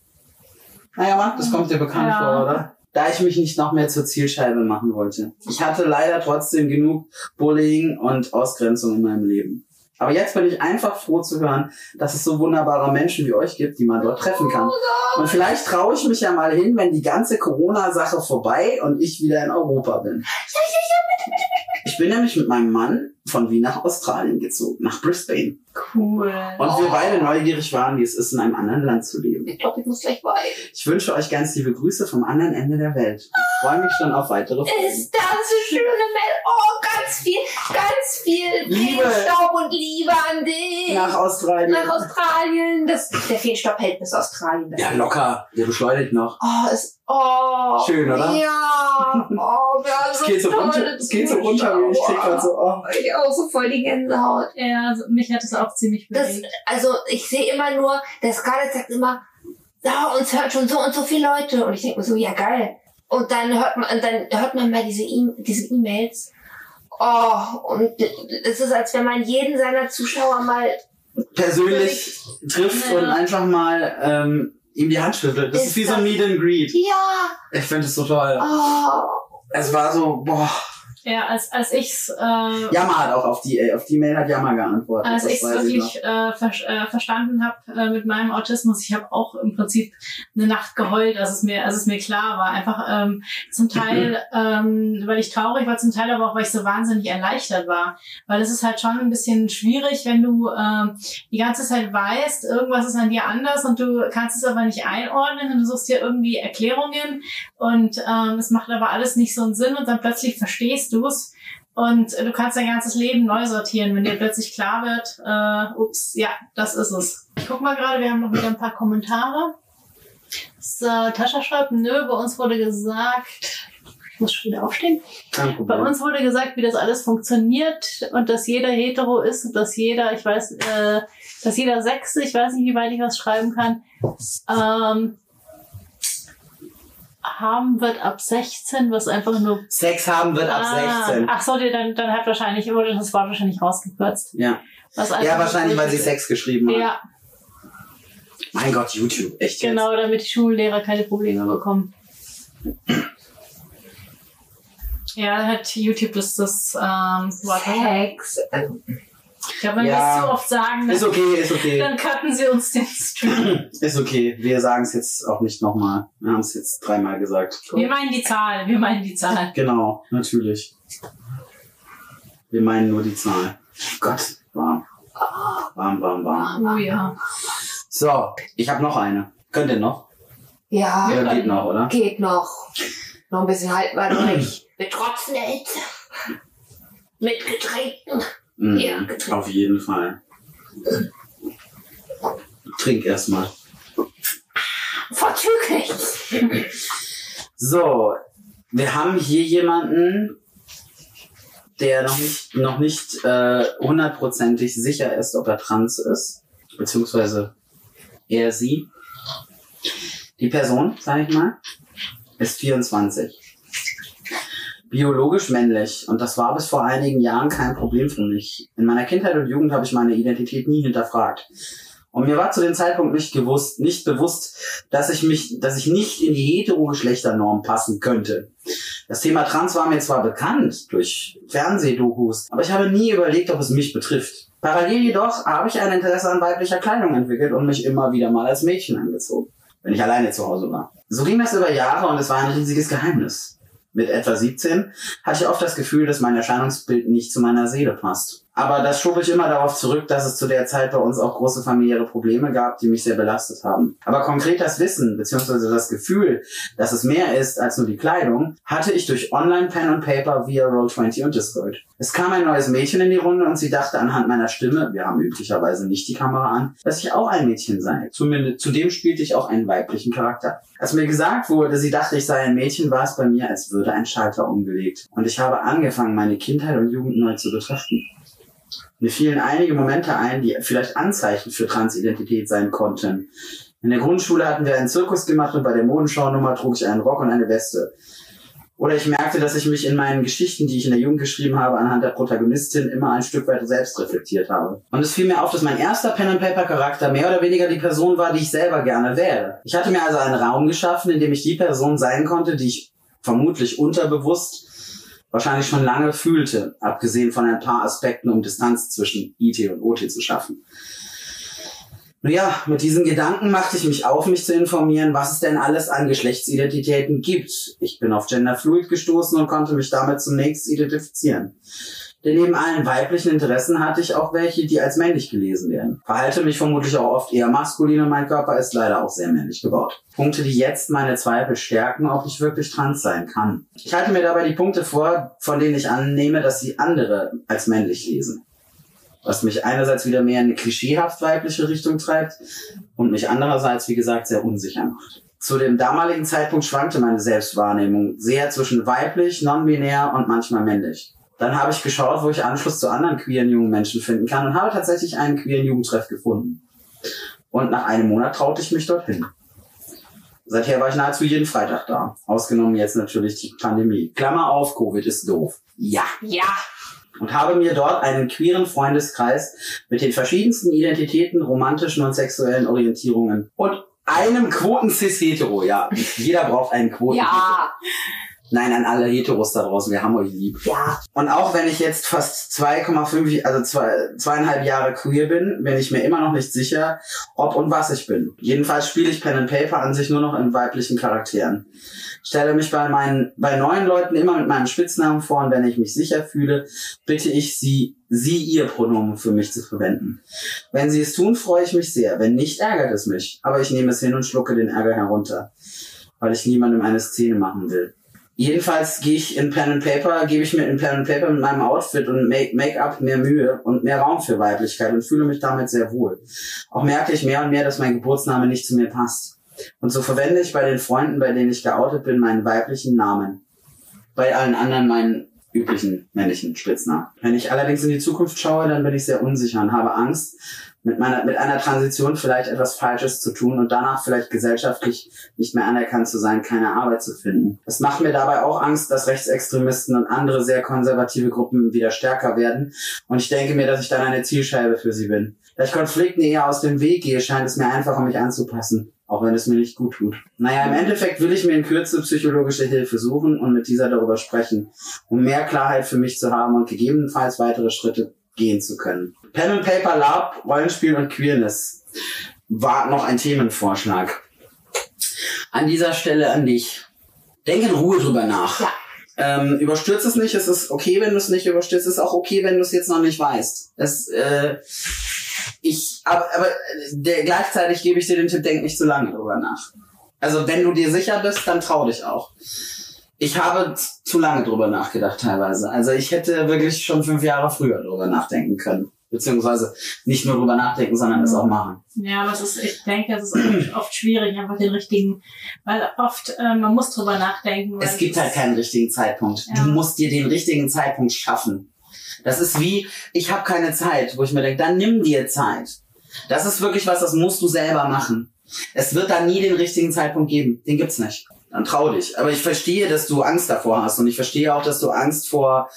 [SPEAKER 2] Naja, Mann, das kommt dir bekannt
[SPEAKER 5] Ja.
[SPEAKER 2] vor, oder? Da ich mich nicht noch mehr zur Zielscheibe machen wollte. Ich hatte leider trotzdem genug Bullying und Ausgrenzung in meinem Leben. Aber jetzt bin ich einfach froh zu hören, dass es so wunderbare Menschen wie euch gibt, die man dort treffen kann. Und vielleicht traue ich mich ja mal hin, wenn die ganze Corona-Sache vorbei und ich wieder in Europa bin. Ich bin nämlich mit meinem Mann von Wien nach Australien gezogen, nach Brisbane.
[SPEAKER 5] Cool.
[SPEAKER 2] Und wir beide neugierig waren, wie es ist, in einem anderen Land zu leben.
[SPEAKER 1] Ich glaube, ich muss gleich weinen.
[SPEAKER 2] Ich wünsche euch ganz liebe Grüße vom anderen Ende der Welt. Ich freue mich schon auf weitere Folgen.
[SPEAKER 1] Ist das eine schöne Mel? Oh, ganz viel, ganz viel
[SPEAKER 2] Liebe.
[SPEAKER 1] Feenstaub und Liebe an dich.
[SPEAKER 2] Nach Australien.
[SPEAKER 1] Nach Australien. Das, der Feenstaub hält bis Australien. Das
[SPEAKER 2] Ja, locker. Der beschleunigt noch.
[SPEAKER 1] Oh, ist, oh.
[SPEAKER 2] Schön, oder?
[SPEAKER 1] Ja. Oh, wir haben
[SPEAKER 2] Es
[SPEAKER 1] so
[SPEAKER 2] geht so runter,
[SPEAKER 1] tolle
[SPEAKER 2] es geht so runter, wie ich
[SPEAKER 1] Zuschauer.
[SPEAKER 2] krieg grad so, oh.
[SPEAKER 1] Ich auch so voll die Gänsehaut.
[SPEAKER 5] Ja, also mich hat es auch ziemlich
[SPEAKER 1] Das,
[SPEAKER 5] bewegt.
[SPEAKER 1] also, ich sehe immer nur, der Scarlett sagt immer, ja, uns hört schon so und so viele Leute. Und ich denke mir so, ja, geil. Und dann hört man, und dann hört man mal diese E- diese E-Mails. oh, und es ist, als wenn man jeden seiner Zuschauer mal,
[SPEAKER 2] persönlich trifft
[SPEAKER 5] Ja.
[SPEAKER 2] und einfach mal ähm, ihm die Hand schüttelt. Das ist,
[SPEAKER 1] Ist
[SPEAKER 2] wie so ein
[SPEAKER 1] das-
[SPEAKER 2] Meet and Greet.
[SPEAKER 1] ja,
[SPEAKER 2] Ich finde es so toll.
[SPEAKER 1] oh,
[SPEAKER 2] Es war so, boah.
[SPEAKER 5] Ja, als, als ich's, äh,
[SPEAKER 2] Jammer hat auch auf die, äh, auf die Mail hat Jammer geantwortet.
[SPEAKER 4] Ah,
[SPEAKER 5] als
[SPEAKER 2] das
[SPEAKER 5] Also ich's
[SPEAKER 2] weiß ich noch.
[SPEAKER 5] wirklich äh, ver äh, verstanden habe äh, mit meinem Autismus, ich habe auch im Prinzip eine Nacht geheult, als es mir, als es mir klar war. Einfach ähm, zum Teil, ähm, weil ich traurig war, zum Teil aber auch, weil ich so wahnsinnig erleichtert war. Weil es ist halt schon ein bisschen schwierig, wenn du ähm, die ganze Zeit weißt, irgendwas ist an dir anders und du kannst es aber nicht einordnen und du suchst dir irgendwie Erklärungen und ähm, es macht aber alles nicht so einen Sinn und dann plötzlich verstehst du es. Und
[SPEAKER 4] äh,
[SPEAKER 5] du kannst dein ganzes Leben neu sortieren, wenn dir plötzlich klar wird, äh, ups, ja, das ist es. Ich guck mal gerade, wir haben noch wieder ein paar Kommentare. So, Tascha schreibt, nö, bei uns wurde gesagt, ich muss schon wieder aufstehen.
[SPEAKER 2] Kein
[SPEAKER 4] Bei
[SPEAKER 2] Problem.
[SPEAKER 4] uns wurde gesagt, wie das alles funktioniert und dass jeder hetero ist und dass jeder, ich weiß, äh, dass jeder Sechse, ich weiß nicht, wie weit ich was schreiben kann, ähm, haben wird ab 16, was einfach nur
[SPEAKER 2] Sex haben wird ab 16.
[SPEAKER 4] Ach so, die- dann, dann hat wahrscheinlich, wurde das Wort wahrscheinlich rausgekürzt.
[SPEAKER 2] Ja.
[SPEAKER 4] Was einfach
[SPEAKER 2] ja,
[SPEAKER 4] nur
[SPEAKER 2] wahrscheinlich, weil sie
[SPEAKER 4] durch-
[SPEAKER 2] Sex geschrieben hat.
[SPEAKER 4] Also Ja,
[SPEAKER 2] Mein Gott, YouTube. Echt jetzt.
[SPEAKER 4] genau, damit die Schullehrer keine Probleme bekommen.
[SPEAKER 5] Ja, dann hat YouTube das, das ähm, Wort. wahrscheinlich.
[SPEAKER 1] Sex.
[SPEAKER 5] Ich glaube, wenn
[SPEAKER 2] äh, Ja.
[SPEAKER 5] wir es zu oft sagen,
[SPEAKER 2] Ist
[SPEAKER 5] dann,
[SPEAKER 2] okay, ist okay.
[SPEAKER 5] dann cutten sie uns den Stream.
[SPEAKER 2] Ist okay. Wir sagen es jetzt auch nicht nochmal. Wir haben es jetzt dreimal gesagt.
[SPEAKER 5] Wir meinen die Zahl, wir meinen die Zahl.
[SPEAKER 2] Genau, natürlich. Wir meinen nur die Zahl. Gott, warm. Warm, warm, warm.
[SPEAKER 5] Oh ja.
[SPEAKER 2] So, ich habe noch eine. Könnt ihr noch?
[SPEAKER 1] Ja.
[SPEAKER 2] Ja, geht noch, oder?
[SPEAKER 1] Geht noch. Noch ein bisschen halten wir durch. Mit trotzender Hitze. Mit Getränken.
[SPEAKER 2] Mhm.
[SPEAKER 1] Ja, getrunken.
[SPEAKER 2] Auf jeden Fall. Trink erstmal.
[SPEAKER 1] Vorzüglich.
[SPEAKER 2] So, wir haben hier jemanden, der noch nicht, noch nicht äh, hundertprozentig sicher ist, ob er trans ist. Beziehungsweise er, sie. Die Person, sag ich mal, ist 24. Biologisch männlich. Und das war bis vor einigen Jahren kein Problem für mich. In meiner Kindheit und Jugend habe ich meine Identität nie hinterfragt. Und mir war zu dem Zeitpunkt nicht gewusst, nicht bewusst, dass ich mich, dass ich nicht in die Heterogeschlechternorm passen könnte. Das Thema Trans war mir zwar bekannt durch Fernsehdokus, aber ich habe nie überlegt, ob es mich betrifft. Parallel jedoch habe ich ein Interesse an weiblicher Kleidung entwickelt und mich immer wieder mal als Mädchen angezogen, wenn ich alleine zu Hause war. So ging das über Jahre und es war ein riesiges Geheimnis. Mit etwa 17 hatte ich oft das Gefühl, dass mein Erscheinungsbild nicht zu meiner Seele passt. Aber das schob ich immer darauf zurück, dass es zu der Zeit bei uns auch große familiäre Probleme gab, die mich sehr belastet haben. Aber konkret das Wissen, beziehungsweise das Gefühl, dass es mehr ist als nur die Kleidung, hatte ich durch Online Pen und Paper via Roll20 und Discord. Es kam ein neues Mädchen in die Runde und sie dachte anhand meiner Stimme, wir haben üblicherweise nicht die Kamera an, dass ich auch ein Mädchen sei. Zumindest, zudem spielte ich auch einen weiblichen Charakter. Als mir gesagt wurde, sie dachte, ich sei ein Mädchen, war es bei mir, als würde ein Schalter umgelegt. Und ich habe angefangen, meine Kindheit und Jugend neu zu betrachten. Mir fielen einige Momente ein, die vielleicht Anzeichen für Transidentität sein konnten. In der Grundschule hatten wir einen Zirkus gemacht und bei der Modenschaunummer trug ich einen Rock und eine Weste. Oder ich merkte, dass ich mich in meinen Geschichten, die ich in der Jugend geschrieben habe, anhand der Protagonistin immer ein Stück weit selbst reflektiert habe. Und es fiel mir auf, dass mein erster Pen-and-Paper-Charakter mehr oder weniger die Person war, die ich selber gerne wäre. Ich hatte mir also einen Raum geschaffen, in dem ich die Person sein konnte, die ich vermutlich unterbewusst wahrscheinlich schon lange fühlte, abgesehen von ein paar Aspekten, um Distanz zwischen IT und OT zu schaffen. Naja, mit diesen Gedanken machte ich mich auf, mich zu informieren, was es denn alles an Geschlechtsidentitäten gibt. Ich bin auf Genderfluid gestoßen und konnte mich damit zunächst identifizieren. Denn neben allen weiblichen Interessen hatte ich auch welche, die als männlich gelesen werden. Verhalte mich vermutlich auch oft eher maskulin und mein Körper ist leider auch sehr männlich gebaut. Punkte, die jetzt meine Zweifel stärken, ob ich wirklich trans sein kann. Ich halte mir dabei die Punkte vor, von denen ich annehme, dass sie andere als männlich lesen. Was mich einerseits wieder mehr in eine klischeehaft weibliche Richtung treibt und mich andererseits, wie gesagt, sehr unsicher macht. Zu dem damaligen Zeitpunkt schwankte meine Selbstwahrnehmung sehr zwischen weiblich, non-binär und manchmal männlich. Dann habe ich geschaut, wo ich Anschluss zu anderen queeren jungen Menschen finden kann und habe tatsächlich einen queeren Jugendtreff gefunden. Und nach einem Monat traute ich mich dorthin. Seither war ich nahezu jeden Freitag da. Ausgenommen jetzt natürlich die Pandemie. Klammer auf, Covid ist doof. Ja.
[SPEAKER 1] Ja.
[SPEAKER 2] Und habe mir dort einen queeren Freundeskreis mit den verschiedensten Identitäten, romantischen und sexuellen Orientierungen und einem Quoten-Cis-Hetero, ja. Jeder braucht einen quoten
[SPEAKER 1] Ja.
[SPEAKER 2] Nein, an alle Heteros da draußen, wir haben euch lieb.
[SPEAKER 1] Ja.
[SPEAKER 2] Und auch wenn ich jetzt fast 2,5, also zwei, zweieinhalb Jahre queer bin, bin ich mir immer noch nicht sicher, ob und was ich bin. Jedenfalls spiele ich Pen and Paper an sich nur noch in weiblichen Charakteren. Stelle mich bei meinen, bei neuen Leuten immer mit meinem Spitznamen vor und wenn ich mich sicher fühle, bitte ich sie, sie ihr Pronomen für mich zu verwenden. Wenn sie es tun, freue ich mich sehr. Wenn nicht, ärgert es mich. Aber ich nehme es hin und schlucke den Ärger herunter. Weil ich niemandem eine Szene machen will. Jedenfalls gehe ich in Pen and Paper, gebe ich mir in Pen and Paper mit meinem Outfit und Make- Make-up mehr Mühe und mehr Raum für Weiblichkeit und fühle mich damit sehr wohl. Auch merke ich mehr und mehr, dass mein Geburtsname nicht zu mir passt. Und so verwende ich bei den Freunden, bei denen ich geoutet bin, meinen weiblichen Namen. Bei allen anderen meinen üblichen männlichen Spitznamen. Wenn ich allerdings in die Zukunft schaue, dann bin ich sehr unsicher und habe Angst, mit meiner, mit einer Transition vielleicht etwas Falsches zu tun und danach vielleicht gesellschaftlich nicht mehr anerkannt zu sein, keine Arbeit zu finden. Es macht mir dabei auch Angst, dass Rechtsextremisten und andere sehr konservative Gruppen wieder stärker werden und ich denke mir, dass ich dann eine Zielscheibe für sie bin. Da ich Konflikten eher aus dem Weg gehe, scheint es mir einfacher, mich anzupassen. Auch wenn es mir nicht gut tut. Naja, im Endeffekt will ich mir in Kürze psychologische Hilfe suchen und mit dieser darüber sprechen, um mehr Klarheit für mich zu haben und gegebenenfalls weitere Schritte gehen zu können. Pen and Paper Lab, Rollenspiel und Queerness war noch ein Themenvorschlag. An dieser Stelle an dich. Denk in Ruhe drüber nach.
[SPEAKER 1] Ja.
[SPEAKER 2] Ähm, überstürz es nicht. Es ist okay, wenn du es nicht überstürzt. Es ist auch okay, wenn du es jetzt noch nicht weißt. Es, äh, ich, aber, aber der, gleichzeitig gebe ich dir den Tipp, denk nicht zu lange drüber nach. Also wenn du dir sicher bist, dann trau dich auch. Ich habe z- zu lange drüber nachgedacht teilweise. Also ich hätte wirklich schon fünf Jahre früher drüber nachdenken können. Beziehungsweise nicht nur drüber nachdenken, sondern es auch machen.
[SPEAKER 5] Ja, aber es ist, ich denke, es ist oft schwierig, einfach den richtigen, weil oft, äh, man muss drüber nachdenken. weil
[SPEAKER 2] Es gibt
[SPEAKER 5] ist-
[SPEAKER 2] halt keinen richtigen Zeitpunkt.
[SPEAKER 5] Ja.
[SPEAKER 2] Du musst dir den richtigen Zeitpunkt schaffen. Das ist wie, ich habe keine Zeit, wo ich mir denke, dann nimm dir Zeit. Das ist wirklich was, das musst du selber machen. Es wird da nie den richtigen Zeitpunkt geben. Den gibt's nicht. Dann trau dich. Aber ich verstehe, dass du Angst davor hast und ich verstehe auch, dass du Angst vor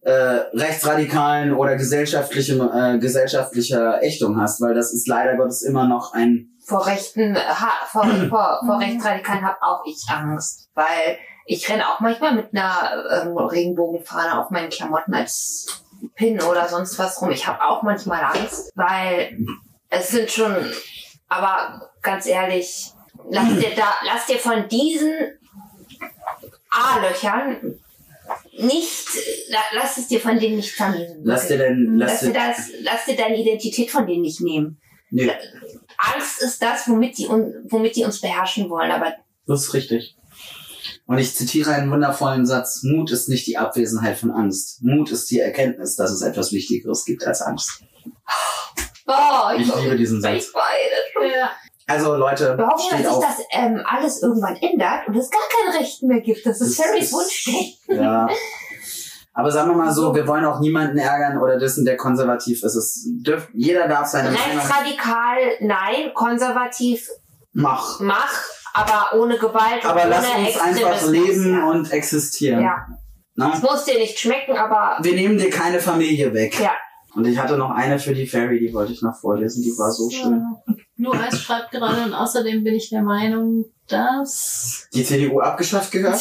[SPEAKER 2] äh, rechtsradikalen oder gesellschaftlichem äh, gesellschaftlicher Ächtung hast, weil das ist leider Gottes immer noch ein
[SPEAKER 1] Vor rechten, äh, ha, vor, vor, vor Rechtsradikalen habe auch ich Angst, weil ich renne auch manchmal mit einer ähm, Regenbogenfahne auf meinen Klamotten als Pin oder sonst was rum. Ich habe auch manchmal Angst, weil es sind schon, aber ganz ehrlich,
[SPEAKER 2] Mhm.
[SPEAKER 1] lass dir da, lass dir von diesen A-Löchern nicht, la- lass es dir von denen nicht vermiesen.
[SPEAKER 2] Lass dir dein, lass
[SPEAKER 1] lass,
[SPEAKER 2] dir,
[SPEAKER 1] dir das, lass dir deine Identität von denen nicht nehmen.
[SPEAKER 2] nee,
[SPEAKER 1] Angst ist das, womit die, un, womit die uns beherrschen wollen, aber
[SPEAKER 2] das ist richtig. Und ich zitiere einen wundervollen Satz. Mut ist nicht die Abwesenheit von Angst. Mut ist die Erkenntnis, dass es etwas Wichtigeres gibt als Angst.
[SPEAKER 1] boah,
[SPEAKER 2] Ich liebe diesen Satz.
[SPEAKER 1] ich weine.
[SPEAKER 5] Ja.
[SPEAKER 2] Also Leute,
[SPEAKER 1] Warum, dass
[SPEAKER 2] steht
[SPEAKER 1] sich
[SPEAKER 2] auf.
[SPEAKER 1] das ähm, alles irgendwann ändert und es gar kein Recht mehr gibt. Das ist
[SPEAKER 2] Das
[SPEAKER 1] Harrys
[SPEAKER 2] ist-
[SPEAKER 1] Wunsch.
[SPEAKER 2] Ja. Aber sagen wir mal so, wir wollen auch niemanden ärgern oder dessen, der konservativ ist. Es dürft, jeder darf seine Meinung
[SPEAKER 1] Rechtsradikal, nein. Konservativ,
[SPEAKER 2] machen.
[SPEAKER 1] mach, aber ohne Gewalt. und
[SPEAKER 2] Aber
[SPEAKER 1] ohne
[SPEAKER 2] lasst uns einfach
[SPEAKER 1] Extremismus.
[SPEAKER 2] leben
[SPEAKER 1] Ja.
[SPEAKER 2] und existieren.
[SPEAKER 1] Ja.
[SPEAKER 2] Na?
[SPEAKER 1] Es muss dir nicht schmecken, aber
[SPEAKER 2] Wir nehmen dir keine Familie weg.
[SPEAKER 1] ja.
[SPEAKER 2] Und ich hatte noch eine für die Fairy, die wollte ich noch vorlesen, die war so schön.
[SPEAKER 4] Nur als schreibt gerade und außerdem bin ich der Meinung, dass
[SPEAKER 2] Die CDU abgeschafft gehört?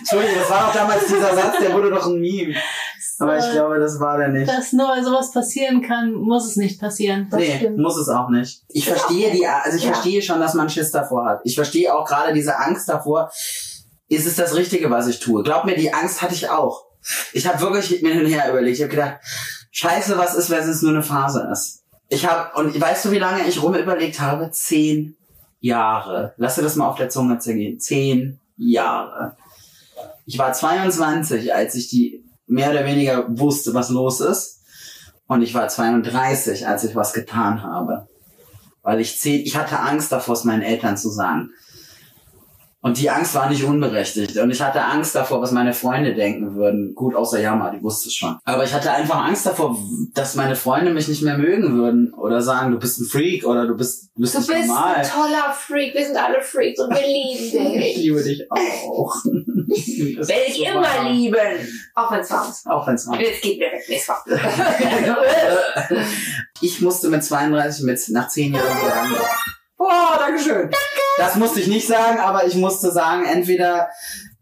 [SPEAKER 2] Entschuldigung, das war doch damals dieser Satz, der wurde doch ein Meme. Aber ich glaube, das war der nicht.
[SPEAKER 4] dass nur weil sowas passieren kann, muss es nicht passieren.
[SPEAKER 1] Das
[SPEAKER 2] nee,
[SPEAKER 1] stimmt.
[SPEAKER 2] muss es auch nicht. Ich verstehe die, also ich
[SPEAKER 1] Ja.
[SPEAKER 2] verstehe schon, dass man Schiss davor hat. Ich verstehe auch gerade diese Angst davor. Ist es das Richtige, was ich tue? Glaub mir, die Angst hatte ich auch. Ich habe wirklich mir hin und her überlegt. Ich habe gedacht, Scheiße, was ist, wenn es nur eine Phase ist? Ich habe und weißt du, wie lange ich rum überlegt habe? Zehn Jahre. Lass dir das mal auf der Zunge zergehen. Zehn Jahre. Ich war 22, als ich die mehr oder weniger wusste, was los ist. Und ich war 32, als ich was getan habe. Weil ich zehn, ich hatte Angst davor, es meinen Eltern zu sagen. Und die Angst war nicht unberechtigt. Und ich hatte Angst davor, was meine Freunde denken würden. Gut, außer Yama, die wusste es schon. Aber ich hatte einfach Angst davor, dass meine Freunde mich nicht mehr mögen würden. Oder sagen, du bist ein Freak oder du bist, du bist
[SPEAKER 1] Du
[SPEAKER 2] nicht
[SPEAKER 1] bist
[SPEAKER 2] normal.
[SPEAKER 1] ein toller Freak, wir sind alle Freaks und wir lieben
[SPEAKER 2] Ich
[SPEAKER 1] dich.
[SPEAKER 2] liebe dich auch. Das
[SPEAKER 1] Werde
[SPEAKER 2] ist
[SPEAKER 1] ich
[SPEAKER 2] so
[SPEAKER 1] immer
[SPEAKER 2] wahr.
[SPEAKER 1] lieben. Auch wenn es warm ist.
[SPEAKER 2] Auch wenn es mal.
[SPEAKER 1] Jetzt geht mir weg, nächstes Mal.
[SPEAKER 2] ich musste mit 32, mit, nach 10 Jahren sagen. Boah, Dankeschön. Danke. Das musste ich nicht sagen, aber ich musste sagen, entweder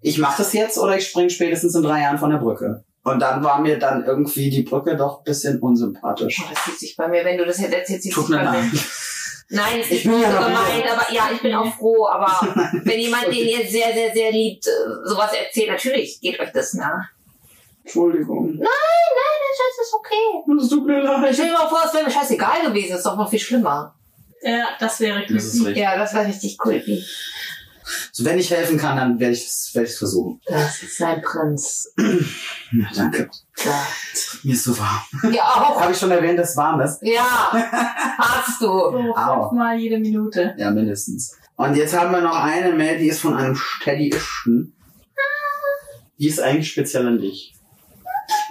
[SPEAKER 2] ich mache das jetzt oder ich springe spätestens in drei Jahren von der Brücke. Und dann war mir dann irgendwie die Brücke doch ein bisschen unsympathisch.
[SPEAKER 1] Oh, das zieht sich bei mir, wenn du das jetzt erzählst, zieht
[SPEAKER 2] Tut
[SPEAKER 1] sich
[SPEAKER 2] mir
[SPEAKER 1] bei mir.
[SPEAKER 2] leid.
[SPEAKER 1] Nein, es
[SPEAKER 2] Ich
[SPEAKER 1] ist
[SPEAKER 2] bin
[SPEAKER 1] nicht
[SPEAKER 2] ja
[SPEAKER 1] so
[SPEAKER 2] noch
[SPEAKER 1] gemeint, aber ja, ich bin auch froh, aber wenn jemand, den ihr sehr, sehr, sehr liebt, äh, sowas erzählt, natürlich geht euch das nah.
[SPEAKER 2] Entschuldigung.
[SPEAKER 1] Nein, nein, das ist okay.
[SPEAKER 2] Es tut mir leid.
[SPEAKER 1] Ich stell dir mal vor, es wäre mir scheißegal gewesen, ist doch noch viel schlimmer.
[SPEAKER 5] ja, das wäre
[SPEAKER 2] Das ist
[SPEAKER 5] creepy.
[SPEAKER 2] richtig.
[SPEAKER 1] Ja, das war richtig creepy.
[SPEAKER 2] So, wenn ich helfen kann, dann werde ich es werd ich's versuchen.
[SPEAKER 1] Das ist ein Prinz.
[SPEAKER 2] Ja, danke.
[SPEAKER 1] Ja,
[SPEAKER 2] Mir ist so warm.
[SPEAKER 1] ja auch.
[SPEAKER 2] Habe ich schon erwähnt, dass es warm ist?
[SPEAKER 1] Ja, hast du.
[SPEAKER 5] So
[SPEAKER 2] Au.
[SPEAKER 5] fünfmal jede Minute.
[SPEAKER 2] Ja, mindestens. Und jetzt haben wir noch eine Mail, die ist von einem Steadyisten. Die ist eigentlich speziell an dich.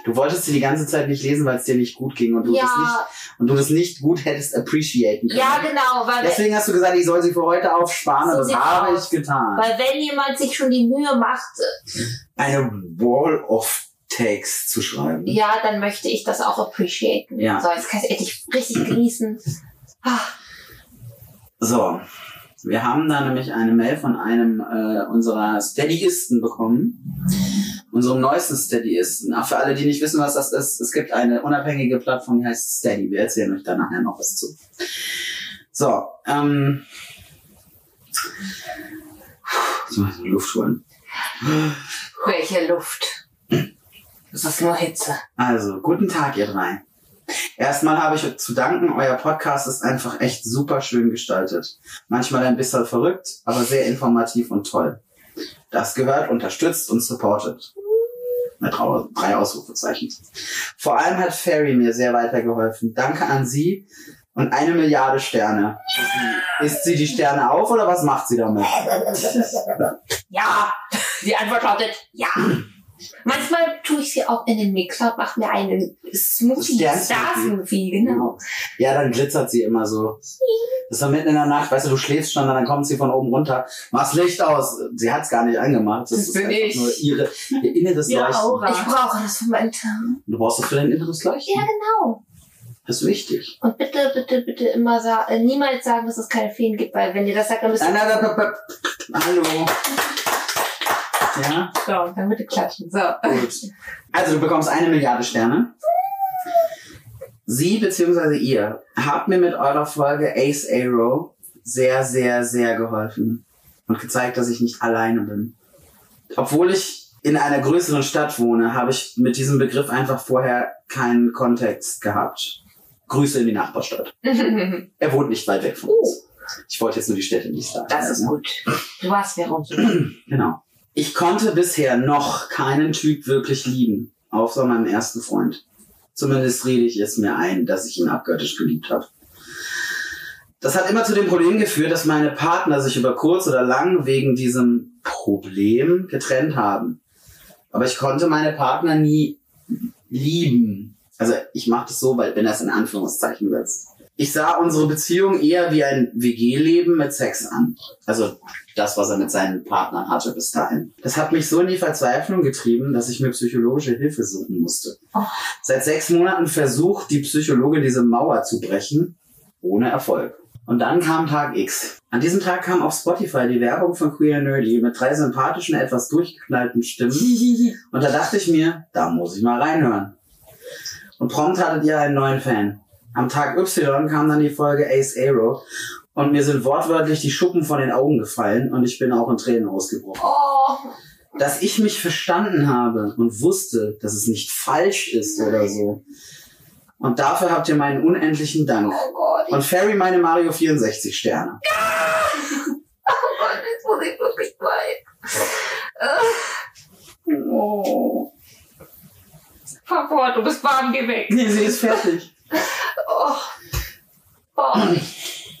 [SPEAKER 2] Du wolltest sie die ganze Zeit nicht lesen, weil es dir nicht gut ging und du, das,
[SPEAKER 1] Ja,
[SPEAKER 2] nicht, und du das nicht gut hättest appreciaten können.
[SPEAKER 1] ja, genau, weil
[SPEAKER 2] Deswegen hast du gesagt, ich soll sie für heute aufsparen
[SPEAKER 1] So
[SPEAKER 2] und das
[SPEAKER 1] sieht's
[SPEAKER 2] habe
[SPEAKER 1] aus.
[SPEAKER 2] ich getan.
[SPEAKER 1] Weil wenn jemand sich schon die Mühe macht, äh,
[SPEAKER 2] Eine Wall of Takes zu schreiben.
[SPEAKER 1] ja, dann möchte ich das auch appreciaten.
[SPEAKER 2] Ja.
[SPEAKER 1] So, jetzt kann ich endlich richtig genießen. Ah,
[SPEAKER 2] So, wir haben da nämlich eine Mail von einem äh, unserer Steadyisten bekommen. Unserem neuesten Steadyisten. Ach, für alle, die nicht wissen, was das ist, es gibt eine unabhängige Plattform, die heißt Steady. Wir erzählen euch da nachher noch was zu. So, ähm. Ich muss mal Luft holen.
[SPEAKER 1] welche Luft. Das ist nur Hitze.
[SPEAKER 2] Also, guten Tag, ihr drei. Erstmal habe ich zu danken, euer Podcast ist einfach echt super schön gestaltet. Manchmal ein bisschen verrückt, aber sehr informativ und toll. Das gehört unterstützt und supportet. Mit drau- drei Ausrufezeichen. Vor allem hat Fairy mir sehr weitergeholfen. Danke an sie und eine Milliarde Sterne. Isst sie die Sterne auf oder was macht sie damit?
[SPEAKER 1] Ja, die Antwort lautet ja. Manchmal tue ich sie auch in den Mixer und mache mir einen Smoothie,
[SPEAKER 2] Stern-Smoothie.
[SPEAKER 1] Star-Smoothie, genau.
[SPEAKER 2] Ja, dann glitzert sie immer so. Das ist dann mitten in der Nacht, weißt du, du schläfst schon, dann kommt sie von oben runter, machst Licht aus. Sie hat's gar nicht angemacht. Das,
[SPEAKER 1] Das
[SPEAKER 2] ist
[SPEAKER 1] bin
[SPEAKER 2] einfach
[SPEAKER 1] ich.
[SPEAKER 2] nur ihre, ihr inneres
[SPEAKER 5] Ja,
[SPEAKER 2] Leuchten.
[SPEAKER 5] Aura.
[SPEAKER 1] Ich brauche das für meinen Tag.
[SPEAKER 2] Du brauchst das für dein inneres Leuchten.
[SPEAKER 1] Ja, genau.
[SPEAKER 2] Das ist wichtig.
[SPEAKER 1] Und bitte, bitte, bitte immer sa äh, niemals sagen, dass es keine Feen gibt, weil wenn ihr das sagt, dann müsst
[SPEAKER 2] Nein,
[SPEAKER 1] ihr...
[SPEAKER 2] nein, nein, nein, nein. Hallo. Ja,
[SPEAKER 1] So, dann bitte klatschen. So.
[SPEAKER 2] gut. Also, du bekommst eine Milliarde Sterne. Sie bzw. ihr habt mir mit eurer Folge Ace Arrow sehr, sehr, sehr geholfen und gezeigt, dass ich nicht alleine bin. Obwohl ich in einer größeren Stadt wohne, habe ich mit diesem Begriff einfach vorher keinen Kontext gehabt. Grüße in die Nachbarstadt. Er wohnt nicht weit weg von uns. Ich wollte jetzt nur die Städte nicht sagen.
[SPEAKER 1] Oh. Das ist
[SPEAKER 2] ne?
[SPEAKER 1] gut. Du warst Verons.
[SPEAKER 2] Genau. Ich konnte bisher noch keinen Typ wirklich lieben, außer meinem ersten Freund. Zumindest rede ich es mir ein, dass ich ihn abgöttisch geliebt habe. Das hat immer zu dem Problem geführt, dass meine Partner sich über kurz oder lang wegen diesem Problem getrennt haben. Aber ich konnte meine Partner nie lieben. Also ich mache das so, weil wenn das in Anführungszeichen setzt. Ich sah unsere Beziehung eher wie ein WG-Leben mit Sex an. Also das, was er mit seinen Partnern hatte bis dahin. Das hat mich so in die Verzweiflung getrieben, dass ich mir psychologische Hilfe suchen musste. Seit sechs Monaten versucht die Psychologin, diese Mauer zu brechen, ohne Erfolg. Und dann kam Tag X. An diesem Tag kam auf Spotify die Werbung von Queer Nerdy mit drei sympathischen, etwas durchgeknallten Stimmen. Und da dachte ich mir, da muss ich mal reinhören. Und prompt hattet ihr einen neuen Fan. Am Tag Y kam dann die Folge Ace Aero und mir sind wortwörtlich die Schuppen von den Augen gefallen und ich bin auch in Tränen ausgebrochen.
[SPEAKER 1] Oh,
[SPEAKER 2] Dass ich mich verstanden habe und wusste, dass es nicht falsch ist oder so. Und dafür habt ihr meinen unendlichen Dank.
[SPEAKER 1] oh Gott.
[SPEAKER 2] Und Ferry meine Mario 64 Sterne.
[SPEAKER 1] Oh Gott, jetzt muss ich wirklich weinen. Äh. Oh. Fahr fort, du bist warm, geh weg.
[SPEAKER 2] Nee, sie ist fertig.
[SPEAKER 1] Oh. Oh. Ich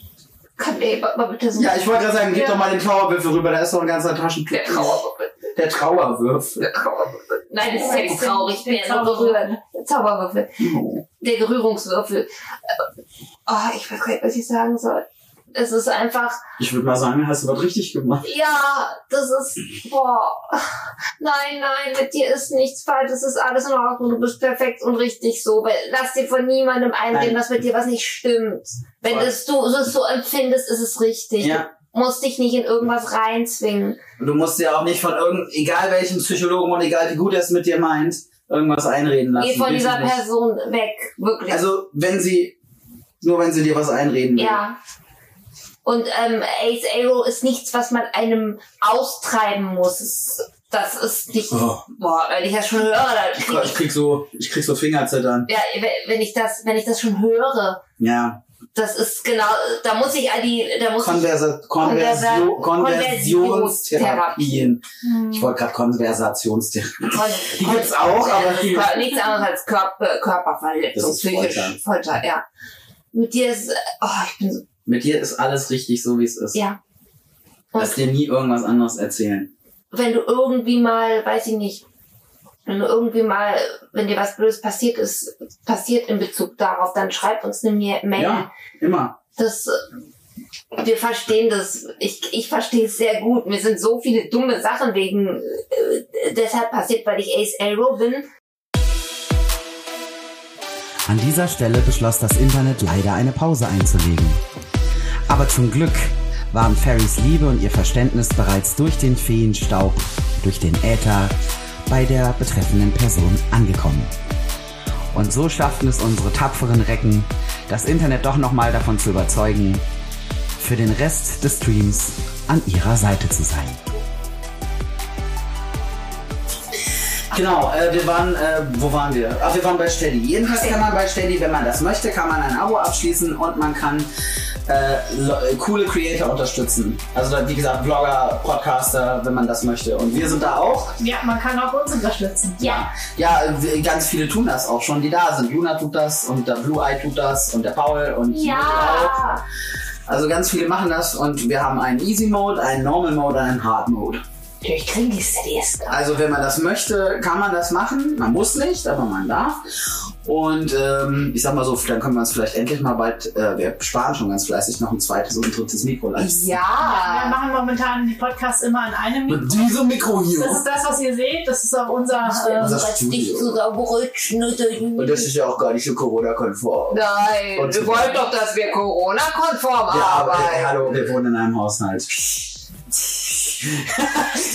[SPEAKER 1] kann mir jemand mal bitte so
[SPEAKER 2] Ja, ich wollte gerade sagen, gib
[SPEAKER 1] Ja.
[SPEAKER 2] doch mal den Trauerwürfel rüber, da ist noch ein ganzer
[SPEAKER 1] der
[SPEAKER 2] Taschentuch.
[SPEAKER 1] Trauerwürfel.
[SPEAKER 2] Der Trauerwürfel.
[SPEAKER 1] Der Trauerwürfel. Nein, das ist
[SPEAKER 5] Oh,
[SPEAKER 1] jetzt traurig. Ich bin
[SPEAKER 5] der
[SPEAKER 1] ja so
[SPEAKER 5] Zauberwürfel.
[SPEAKER 1] berührt. Der Zauberwürfel. Der Gerührungswürfel. Äh, Oh, ich weiß gar nicht, was ich sagen soll. Es ist einfach,
[SPEAKER 2] Ich würde mal sagen, hast du was richtig gemacht.
[SPEAKER 1] ja, das ist, boah. Nein, nein, mit dir ist nichts falsch, es ist alles in Ordnung, du bist perfekt und richtig so, weil lass dir von niemandem einreden,
[SPEAKER 2] Nein.
[SPEAKER 1] dass mit dir was nicht stimmt. Wenn
[SPEAKER 2] Voll.
[SPEAKER 1] es du es so empfindest, ist es richtig.
[SPEAKER 2] Ja,
[SPEAKER 1] Du musst dich nicht in irgendwas reinzwingen.
[SPEAKER 2] Und du musst dir auch nicht von irgend, egal welchem Psychologen und egal wie gut er es mit dir meint, irgendwas einreden lassen.
[SPEAKER 1] Geh von dieser
[SPEAKER 2] Wirklich nicht.
[SPEAKER 1] Person weg, wirklich.
[SPEAKER 2] Also, wenn sie, nur wenn sie dir was einreden will.
[SPEAKER 1] Ja. Und ähm, Ace Arrow ist nichts, was man einem austreiben muss. Es- Das ist nicht.
[SPEAKER 2] Oh,
[SPEAKER 1] Boah, wenn ich das schon höre, dann
[SPEAKER 2] ich,
[SPEAKER 1] krieg
[SPEAKER 2] krieg- ich
[SPEAKER 1] ich,
[SPEAKER 2] krieg so, ich krieg so Fingerzittern.
[SPEAKER 1] ja, we- wenn ich das, wenn ich das schon höre,
[SPEAKER 2] Ja.
[SPEAKER 1] das ist genau, da muss ich an die, da muss ich,
[SPEAKER 2] Konversa Konversio
[SPEAKER 1] Konversa-
[SPEAKER 2] Konversionstherapien. Ich wollte gerade Konversationstherapie. Die gibt's auch, aber die-
[SPEAKER 1] Kon- nichts anderes als Körper, Körperverletzung,
[SPEAKER 2] Das ist
[SPEAKER 1] psychisch
[SPEAKER 2] Folter.
[SPEAKER 1] Folter. ja. Mit dir ist, oh, ich bin so,
[SPEAKER 2] Mit dir ist alles richtig, so wie es ist.
[SPEAKER 1] ja.
[SPEAKER 2] Lass dir nie irgendwas anderes erzählen.
[SPEAKER 1] wenn du irgendwie mal, weiß ich nicht, wenn du irgendwie mal, wenn dir was Blödes passiert ist, passiert in Bezug darauf, dann schreib uns eine Ma- Mail.
[SPEAKER 2] Ja, immer.
[SPEAKER 1] Das, äh, wir verstehen das. Ich, ich verstehe es sehr gut. Mir sind so viele dumme Sachen wegen äh, deshalb passiert, weil ich Ace Arrow bin.
[SPEAKER 6] An dieser Stelle beschloss das Internet leider eine Pause einzulegen. Aber zum Glück waren Ferrys Liebe und ihr Verständnis bereits durch den Feenstaub, durch den Äther, bei der betreffenden Person angekommen. Und so schafften es unsere tapferen Recken, das Internet doch nochmal davon zu überzeugen, für den Rest des Streams an ihrer Seite zu sein.
[SPEAKER 2] Genau, äh, wir waren, äh, wo waren wir? Ach, wir waren bei Steady. Jedenfalls kann man bei Steady, wenn man das möchte, kann man ein Abo abschließen und man kann äh, lo- äh, coole Creator unterstützen. Also da, wie gesagt, Blogger, Podcaster, wenn man das möchte. Und wir sind da auch.
[SPEAKER 5] Ja,
[SPEAKER 1] Hm.
[SPEAKER 5] man kann auch uns unterstützen.
[SPEAKER 1] Ja.
[SPEAKER 2] Ja, äh, ganz viele tun das auch schon, die da sind. Luna tut das und der Blue Eye tut das und der Paul und ich auch.
[SPEAKER 1] Ja.
[SPEAKER 2] Also ganz viele machen das und wir haben einen Easy Mode, einen Normal Mode und einen Hard Mode.
[SPEAKER 1] Natürlich kriegen die CDs.
[SPEAKER 2] Also wenn man das möchte, kann man das machen. Man muss nicht, aber man darf. Und ähm, ich sag mal so, dann können wir uns vielleicht endlich mal bald, äh, wir sparen schon ganz fleißig noch ein zweites und ein drittes Mikro leisten.
[SPEAKER 5] Wir
[SPEAKER 1] Ja.
[SPEAKER 5] machen momentan die Podcasts immer an einem Mikro.
[SPEAKER 2] Mit diesem Mikro hier.
[SPEAKER 5] Das ist das, was ihr seht. Das ist auch unser.
[SPEAKER 2] unser
[SPEAKER 5] ähm,
[SPEAKER 1] Lass dich
[SPEAKER 2] Studio.
[SPEAKER 1] zu sauberrutschen.
[SPEAKER 2] Und das ist ja auch gar nicht so Corona-konform.
[SPEAKER 1] Nein,
[SPEAKER 2] Und so
[SPEAKER 1] wir wollen
[SPEAKER 2] weiter.
[SPEAKER 1] doch, dass wir Corona-konform
[SPEAKER 2] Ja, aber
[SPEAKER 1] arbeiten.
[SPEAKER 2] hey, hallo, wir wohnen in einem Haushalt.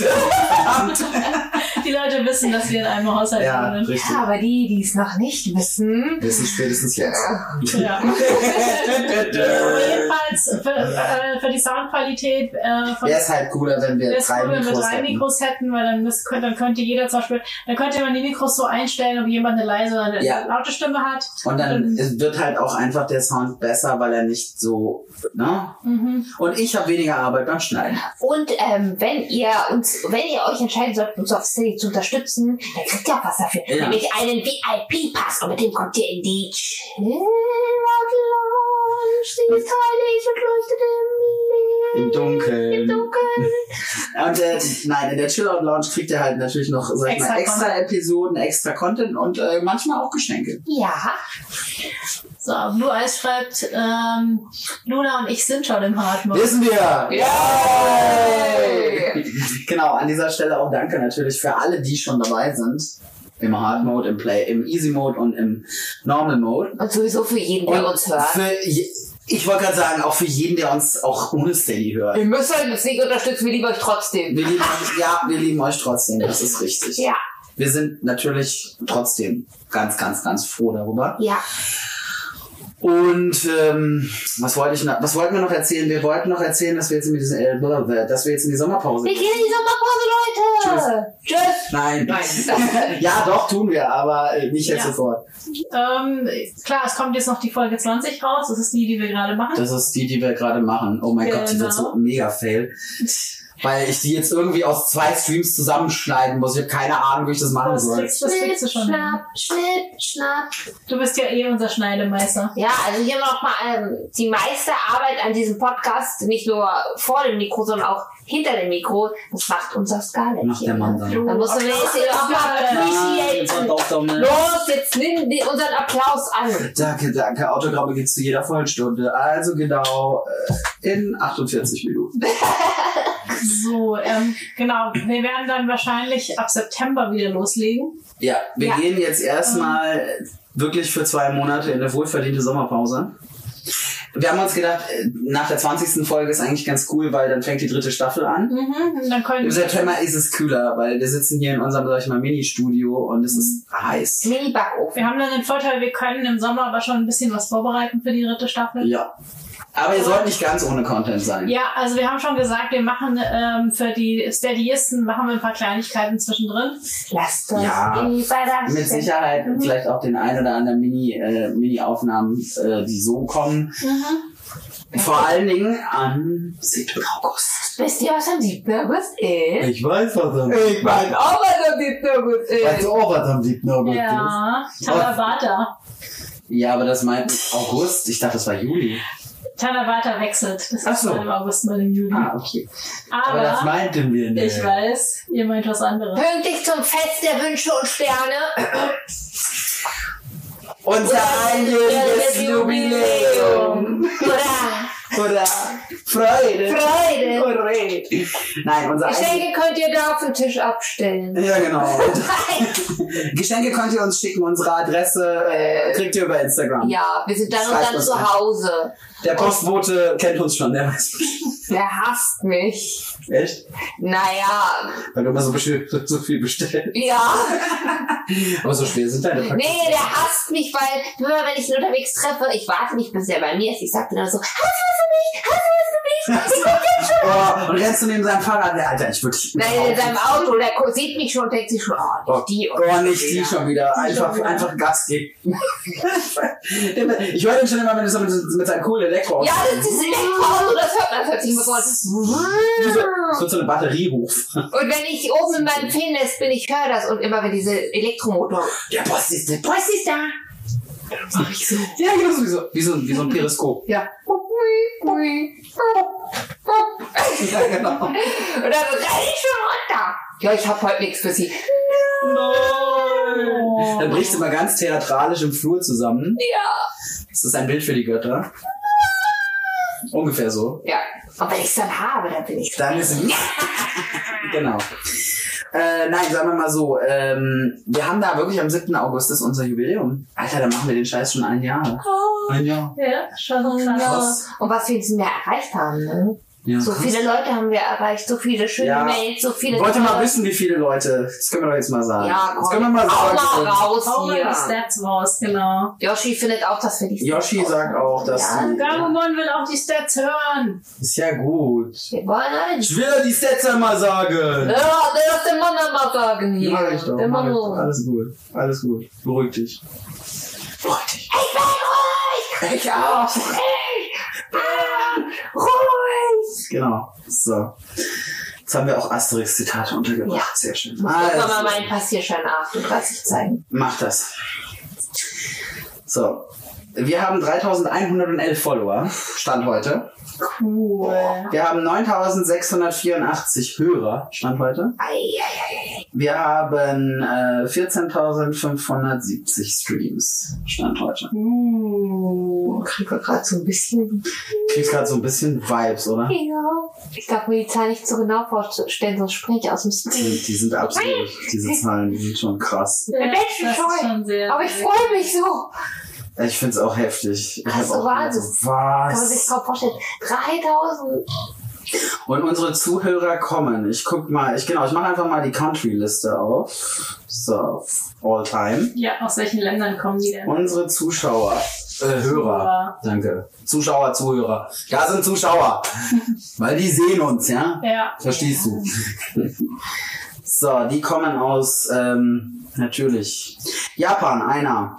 [SPEAKER 5] äh, die Leute wissen, dass wir in einem Haushalt
[SPEAKER 7] Ja,
[SPEAKER 5] wohnen.
[SPEAKER 7] richtig.
[SPEAKER 1] Ja, aber die, die es noch nicht wissen,
[SPEAKER 7] Wissen spätestens jetzt.
[SPEAKER 5] Ja.
[SPEAKER 7] Äh.
[SPEAKER 5] Jedenfalls für, äh, für die Soundqualität äh, von
[SPEAKER 7] Wäre es halt cooler, wenn wir
[SPEAKER 5] wäre es
[SPEAKER 7] drei
[SPEAKER 5] cool, wenn wir
[SPEAKER 7] Mikros
[SPEAKER 5] drei
[SPEAKER 7] hätten.
[SPEAKER 5] Mikros hätten, weil dann, müsste, könnte- dann könnte jeder zum Beispiel, dann könnte man die Mikros so einstellen, ob jemand eine leise oder eine
[SPEAKER 2] Ja.
[SPEAKER 5] laute Stimme hat.
[SPEAKER 2] Und dann es wird halt auch einfach der Sound besser, weil er nicht so, ne?
[SPEAKER 5] Mhm.
[SPEAKER 2] Und ich habe weniger Arbeit beim Schneiden.
[SPEAKER 1] Und ähm, wenn ihr uns, wenn ihr euch entscheiden sollt, uns auf Steady zu unterstützen, dann kriegt ihr auch was dafür.
[SPEAKER 2] Ja.
[SPEAKER 1] Nämlich einen VIP-Pass und mit dem kommt ihr in die Chill Lounge. Sie ist heilig und leuchtet im Licht.
[SPEAKER 2] Im Dunkeln.
[SPEAKER 1] Dunkeln.
[SPEAKER 2] Und äh, nein, in der Chillout Lounge kriegt ihr halt natürlich noch, sag ich mal,
[SPEAKER 5] Extra
[SPEAKER 2] extra Episoden, extra Content und äh, manchmal auch Geschenke.
[SPEAKER 1] Ja.
[SPEAKER 4] So, Blue Eyes schreibt, ähm, Luna und ich sind schon im Hardmode.
[SPEAKER 2] Wissen wir!
[SPEAKER 1] Yay!
[SPEAKER 2] Genau, an dieser Stelle auch danke natürlich für alle, die schon dabei sind. Im Hard Mode, im Play, im Easy Mode und im Normal Mode.
[SPEAKER 1] Und sowieso für jeden, der uns hört.
[SPEAKER 2] für je, ich wollte gerade sagen, auch für jeden, der uns auch ohne Steady hört.
[SPEAKER 1] Ihr müsst halt uns nicht unterstützen, wir lieben euch trotzdem.
[SPEAKER 2] Wir lieben euch, ja, wir lieben euch trotzdem, das ist richtig.
[SPEAKER 1] Ja.
[SPEAKER 2] Wir sind natürlich trotzdem ganz, ganz, ganz froh darüber.
[SPEAKER 1] Ja.
[SPEAKER 2] Und ähm, was wollte ich noch, was wollten wir noch erzählen? Wir wollten noch erzählen, dass wir jetzt in die, äh, blablabla, dass wir jetzt in die Sommerpause
[SPEAKER 1] Wir gehen in die Sommerpause, Leute. Tschüss. Tschüss.
[SPEAKER 2] Nein. ja, doch tun wir, aber äh, nicht jetzt
[SPEAKER 5] Ja.
[SPEAKER 2] sofort.
[SPEAKER 5] Ähm, klar, es kommt jetzt noch die Folge 20 raus. Das ist die, die wir gerade machen.
[SPEAKER 2] Das ist die, die wir gerade machen. Oh mein Gott, die wird so
[SPEAKER 5] Genau.
[SPEAKER 2] mega fail. Weil ich die jetzt irgendwie aus zwei Streams zusammenschneiden muss. Ich habe keine Ahnung, wie ich das machen
[SPEAKER 5] Das
[SPEAKER 2] soll.
[SPEAKER 5] kriegst, das kriegst du schon. hin.
[SPEAKER 1] schnapp, schnipp, schnapp.
[SPEAKER 5] Du bist ja eh unser Schneidemeister.
[SPEAKER 1] Ja, also hier nochmal ähm, die meiste Arbeit an diesem Podcast, nicht nur vor dem Mikro, sondern auch hinter dem Mikro, das macht unser Scarlett. ne?
[SPEAKER 2] Macht der Mann dann.
[SPEAKER 1] Da musst du mir jetzt hier auch mal appreciaten. Los, jetzt nimm die, unseren Applaus an.
[SPEAKER 2] Danke, danke. Autogramme gibt's zu jeder Vollstunde. Also genau äh, in 48 Minuten.
[SPEAKER 5] So, ähm, genau. Wir werden dann wahrscheinlich ab September wieder loslegen.
[SPEAKER 2] Ja, wir
[SPEAKER 1] Ja.
[SPEAKER 2] gehen jetzt erstmal wirklich für zwei Monate in eine wohlverdiente Sommerpause. Wir haben uns gedacht, äh, nach der 20. Folge ist eigentlich ganz cool, weil dann fängt die dritte Staffel an.
[SPEAKER 5] Mhm. Und dann können
[SPEAKER 2] Im September ist es kühler, weil wir sitzen hier in unserem, sag ich mal, Mini-Studio und es ist heiß.
[SPEAKER 1] Mini-Backofen.
[SPEAKER 5] wir haben dann den Vorteil, wir können im Sommer aber schon ein bisschen was vorbereiten für die dritte Staffel.
[SPEAKER 2] Ja. Aber ihr sollt nicht ganz ohne Content sein.
[SPEAKER 5] Ja, also wir haben schon gesagt, wir machen ähm, für die Steadyisten machen wir ein paar Kleinigkeiten zwischendrin.
[SPEAKER 1] Lasst uns
[SPEAKER 2] Ja.
[SPEAKER 1] über das
[SPEAKER 2] Mit Sicherheit vielleicht auch den ein oder anderen Mini, äh, Mini-Aufnahmen, äh, die so kommen. Vor allen Dingen am 7. August.
[SPEAKER 1] Wisst ihr, was am 7. August ist?
[SPEAKER 7] Ich weiß, was am
[SPEAKER 1] Ich mein auch, was am 7. August
[SPEAKER 7] Weißt
[SPEAKER 1] ist.
[SPEAKER 7] du auch, was am 7. August ist?
[SPEAKER 5] Ja, Tanabata.
[SPEAKER 2] Ja, aber das meint August. Ich dachte, das war Juli.
[SPEAKER 5] Tanabata wechselt. Das
[SPEAKER 2] Ach
[SPEAKER 5] ist
[SPEAKER 2] so.
[SPEAKER 5] mal im August, mal im Juli.
[SPEAKER 2] Ah, okay.
[SPEAKER 7] Aber das
[SPEAKER 5] Aber
[SPEAKER 7] meinten wir nicht.
[SPEAKER 5] ich weiß, ihr meint was anderes.
[SPEAKER 1] Pünktlich zum Fest der Wünsche und Sterne.
[SPEAKER 2] Unser einjähriges Jubiläum.
[SPEAKER 1] Hurra!
[SPEAKER 2] Oder Freude.
[SPEAKER 1] Freude!
[SPEAKER 2] Nein, unser einjähriges...
[SPEAKER 1] Geschenke könnt ihr da auf den Tisch abstellen.
[SPEAKER 2] Ja, genau. Geschenke könnt ihr uns schicken. Unsere Adresse äh, kriegt ihr über Instagram.
[SPEAKER 1] ja, wir sind dann und
[SPEAKER 2] Schreibt
[SPEAKER 1] dann
[SPEAKER 2] uns
[SPEAKER 1] zu
[SPEAKER 2] an.
[SPEAKER 1] Hause.
[SPEAKER 2] Der Postbote kennt uns schon, der weiß
[SPEAKER 1] Der hasst mich.
[SPEAKER 2] Echt?
[SPEAKER 1] Naja,
[SPEAKER 7] Weil du immer so, besch- so viel bestellst.
[SPEAKER 1] ja.
[SPEAKER 7] Aber so schwer sind deine Packungen.
[SPEAKER 1] Nee, der hasst mich, weil immer wenn ich ihn unterwegs treffe, ich warte nicht, bis er bei mir ist. Ich sag dann so, hast du mich? Hast du mich? Ich guck jetzt schon.
[SPEAKER 2] Oh, und rennst du neben seinem Fahrrad? Ja, Alter, ich würde dich
[SPEAKER 1] Nein, in
[SPEAKER 2] überhaupt
[SPEAKER 1] seinem
[SPEAKER 2] nicht-
[SPEAKER 1] Auto, der gu- sieht mich schon und denkt sich schon, oh,
[SPEAKER 2] Oh,
[SPEAKER 1] nicht die. und
[SPEAKER 2] oh, nicht die
[SPEAKER 1] wieder.
[SPEAKER 2] schon wieder. Einfach, einfach Gas geben. ich höre den schon immer, wenn du so mit, mit seinem coolen Elektro
[SPEAKER 1] Ja, das ist ein Auto, das hört man plötzlich immer
[SPEAKER 2] Es
[SPEAKER 1] so.
[SPEAKER 2] wird so eine Batterie hoch.
[SPEAKER 1] Und wenn ich oben in meinem Fellnest bin, ich höre das und immer wenn diese Elektromotor
[SPEAKER 2] Der Boss ist der Boss.
[SPEAKER 1] Was ist da? Mach ich so.
[SPEAKER 2] Ja, genau so, wie so, wie so, ein- wie so ein Periskop.
[SPEAKER 1] Ja. Und
[SPEAKER 2] Ja, genau.
[SPEAKER 1] dann so, renn ich schon runter. Ja, ich hab heute nichts für sie.
[SPEAKER 2] Dann bricht immer ganz theatralisch im Flur zusammen.
[SPEAKER 1] Ja.
[SPEAKER 2] Das ist ein Bild für die Götter. Ungefähr so.
[SPEAKER 1] Ja. Und wenn ich's dann habe, dann bin ich
[SPEAKER 2] Dann ist Genau. Äh, nein, sagen wir mal so, ähm, wir haben da wirklich am 7. August ist unser Jubiläum. Alter, da machen wir den Scheiß schon ein Jahr.
[SPEAKER 1] Oh.
[SPEAKER 7] Ein Jahr.
[SPEAKER 5] Ja, schon krass.
[SPEAKER 1] Und was wir jetzt mehr erreicht haben, ne?
[SPEAKER 7] Ja.
[SPEAKER 1] So viele Leute haben wir erreicht, so viele schöne
[SPEAKER 2] Mhm. Ja.
[SPEAKER 1] Mails, so viele.
[SPEAKER 2] Ich wollte mal
[SPEAKER 1] tolle-
[SPEAKER 2] wissen, wie viele Leute. Das können wir doch jetzt mal sagen.
[SPEAKER 1] Ja, komm,
[SPEAKER 2] das können wir mal
[SPEAKER 1] hau
[SPEAKER 2] sagen.
[SPEAKER 1] mal
[SPEAKER 5] Hau
[SPEAKER 1] raus
[SPEAKER 5] mal die
[SPEAKER 1] hier.
[SPEAKER 5] Stats raus, genau.
[SPEAKER 1] Yoshi findet auch, dass wir die
[SPEAKER 2] Yoshi
[SPEAKER 1] Stats
[SPEAKER 2] sagt auch, dass
[SPEAKER 1] Ja,
[SPEAKER 2] sie-
[SPEAKER 5] Gamumon will auch die Stats hören.
[SPEAKER 2] Ist ja gut.
[SPEAKER 1] wir wollen alle
[SPEAKER 2] Ich will ja die Sets einmal sagen.
[SPEAKER 1] Ja, lass den Mann einmal sagen hier.
[SPEAKER 2] Mach ich doch.
[SPEAKER 1] Den
[SPEAKER 2] Mach
[SPEAKER 1] Mann
[SPEAKER 2] ich doch.
[SPEAKER 1] holen.
[SPEAKER 2] Alles gut. Alles gut. Beruhig dich. Beruhig dich.
[SPEAKER 1] Ich bin ruhig!
[SPEAKER 2] Ich auch.
[SPEAKER 1] Ich bin ruhig!
[SPEAKER 2] Genau. So. Jetzt haben wir auch Asterix-Zitate untergebracht.
[SPEAKER 1] Ja.
[SPEAKER 2] Sehr schön.
[SPEAKER 1] Ich muss
[SPEAKER 2] Also,
[SPEAKER 1] mal meinen Passierschein auf und was ich zeigen.
[SPEAKER 2] mach das. So. Wir haben 3111 Follower. Stand heute.
[SPEAKER 5] Cool.
[SPEAKER 2] Wir haben 9684 Hörer. Stand heute.
[SPEAKER 1] Eieiei.
[SPEAKER 2] Wir haben äh, 14.570 Streams. Stand heute.
[SPEAKER 1] Oh, kriegen wir gerade so ein bisschen.
[SPEAKER 2] Kriegst gerade so ein bisschen Vibes, oder?
[SPEAKER 1] Ja. Ich darf mir die Zahl nicht so genau vorstellen, sonst springe ich aus dem Stream.
[SPEAKER 2] Die, die sind absolut, diese Zahlen die sind schon krass.
[SPEAKER 5] Ja,
[SPEAKER 1] Menschen
[SPEAKER 5] das ist
[SPEAKER 1] scheu.
[SPEAKER 5] schon sehr.
[SPEAKER 1] Aber ich freue mich so.
[SPEAKER 2] Also Ich find's auch heftig. Ich
[SPEAKER 1] Das
[SPEAKER 2] hab
[SPEAKER 1] ist
[SPEAKER 2] auch gedacht,
[SPEAKER 1] Wahnsinn.
[SPEAKER 2] so,
[SPEAKER 1] Kann man sich
[SPEAKER 2] was?
[SPEAKER 1] kaum vorstellen. 3000.
[SPEAKER 2] Und unsere Zuhörer kommen. Ich guck mal, ich genau, ich mache einfach mal die Country-Liste auf. So, all time.
[SPEAKER 5] ja, aus welchen Ländern kommen die denn?
[SPEAKER 2] Unsere Zuschauer. Äh, Hörer.
[SPEAKER 5] Zuhörer.
[SPEAKER 2] Danke. Zuschauer, Zuhörer. Da sind Zuschauer. Weil die sehen uns, ja?
[SPEAKER 5] Ja.
[SPEAKER 2] Verstehst du? so, die kommen aus, ähm, natürlich. Japan, einer.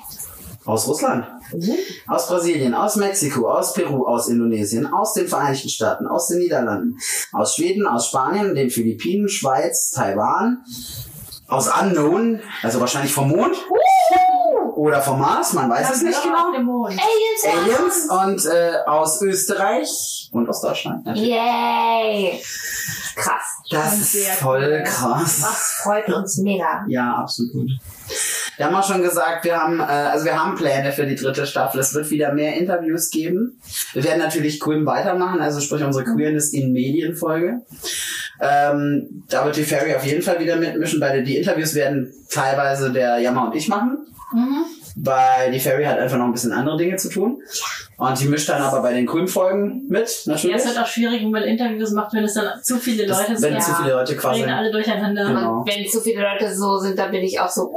[SPEAKER 2] Aus Russland.
[SPEAKER 5] Mhm.
[SPEAKER 2] Aus Brasilien, aus Mexiko, aus Peru, aus Indonesien, aus den Vereinigten Staaten, aus den Niederlanden, aus Schweden, aus Spanien, den Philippinen, Schweiz, Taiwan, aus Unknown, also wahrscheinlich vom Mond oder vom Mars, man weiß es nicht genau.
[SPEAKER 5] genau.
[SPEAKER 1] Aliens!
[SPEAKER 2] Aliens und äh, aus Österreich und aus Deutschland. natürlich.
[SPEAKER 1] Yay! Krass.
[SPEAKER 2] Das
[SPEAKER 5] Schon
[SPEAKER 2] ist
[SPEAKER 5] sehr
[SPEAKER 2] voll
[SPEAKER 5] cool.
[SPEAKER 2] krass.
[SPEAKER 1] Das freut uns mega.
[SPEAKER 2] Ja, absolut. Wir haben auch schon gesagt, wir haben, äh, also wir haben Pläne für die dritte Staffel. Es wird wieder mehr Interviews geben. Wir werden natürlich Queen weitermachen, also sprich unsere
[SPEAKER 5] Mhm.
[SPEAKER 2] Queerness in Medienfolge. Ähm, da wird die Fairy auf jeden Fall wieder mitmischen. Beide die Interviews werden teilweise der Jammer und ich machen.
[SPEAKER 5] Mhm.
[SPEAKER 2] Weil die Fairy hat einfach noch ein bisschen andere Dinge zu tun. Und die mischt dann aber bei den Queen-Folgen mit,
[SPEAKER 5] Ja,
[SPEAKER 2] natürlich.
[SPEAKER 5] es wird auch schwierig, wenn man Interviews macht, wenn es dann zu viele
[SPEAKER 2] Das-
[SPEAKER 5] Leute sind.
[SPEAKER 2] wenn zu viele Leute quasi.
[SPEAKER 5] Reden alle durcheinander.
[SPEAKER 2] Genau.
[SPEAKER 1] Und wenn zu viele Leute so sind, dann bin ich auch so.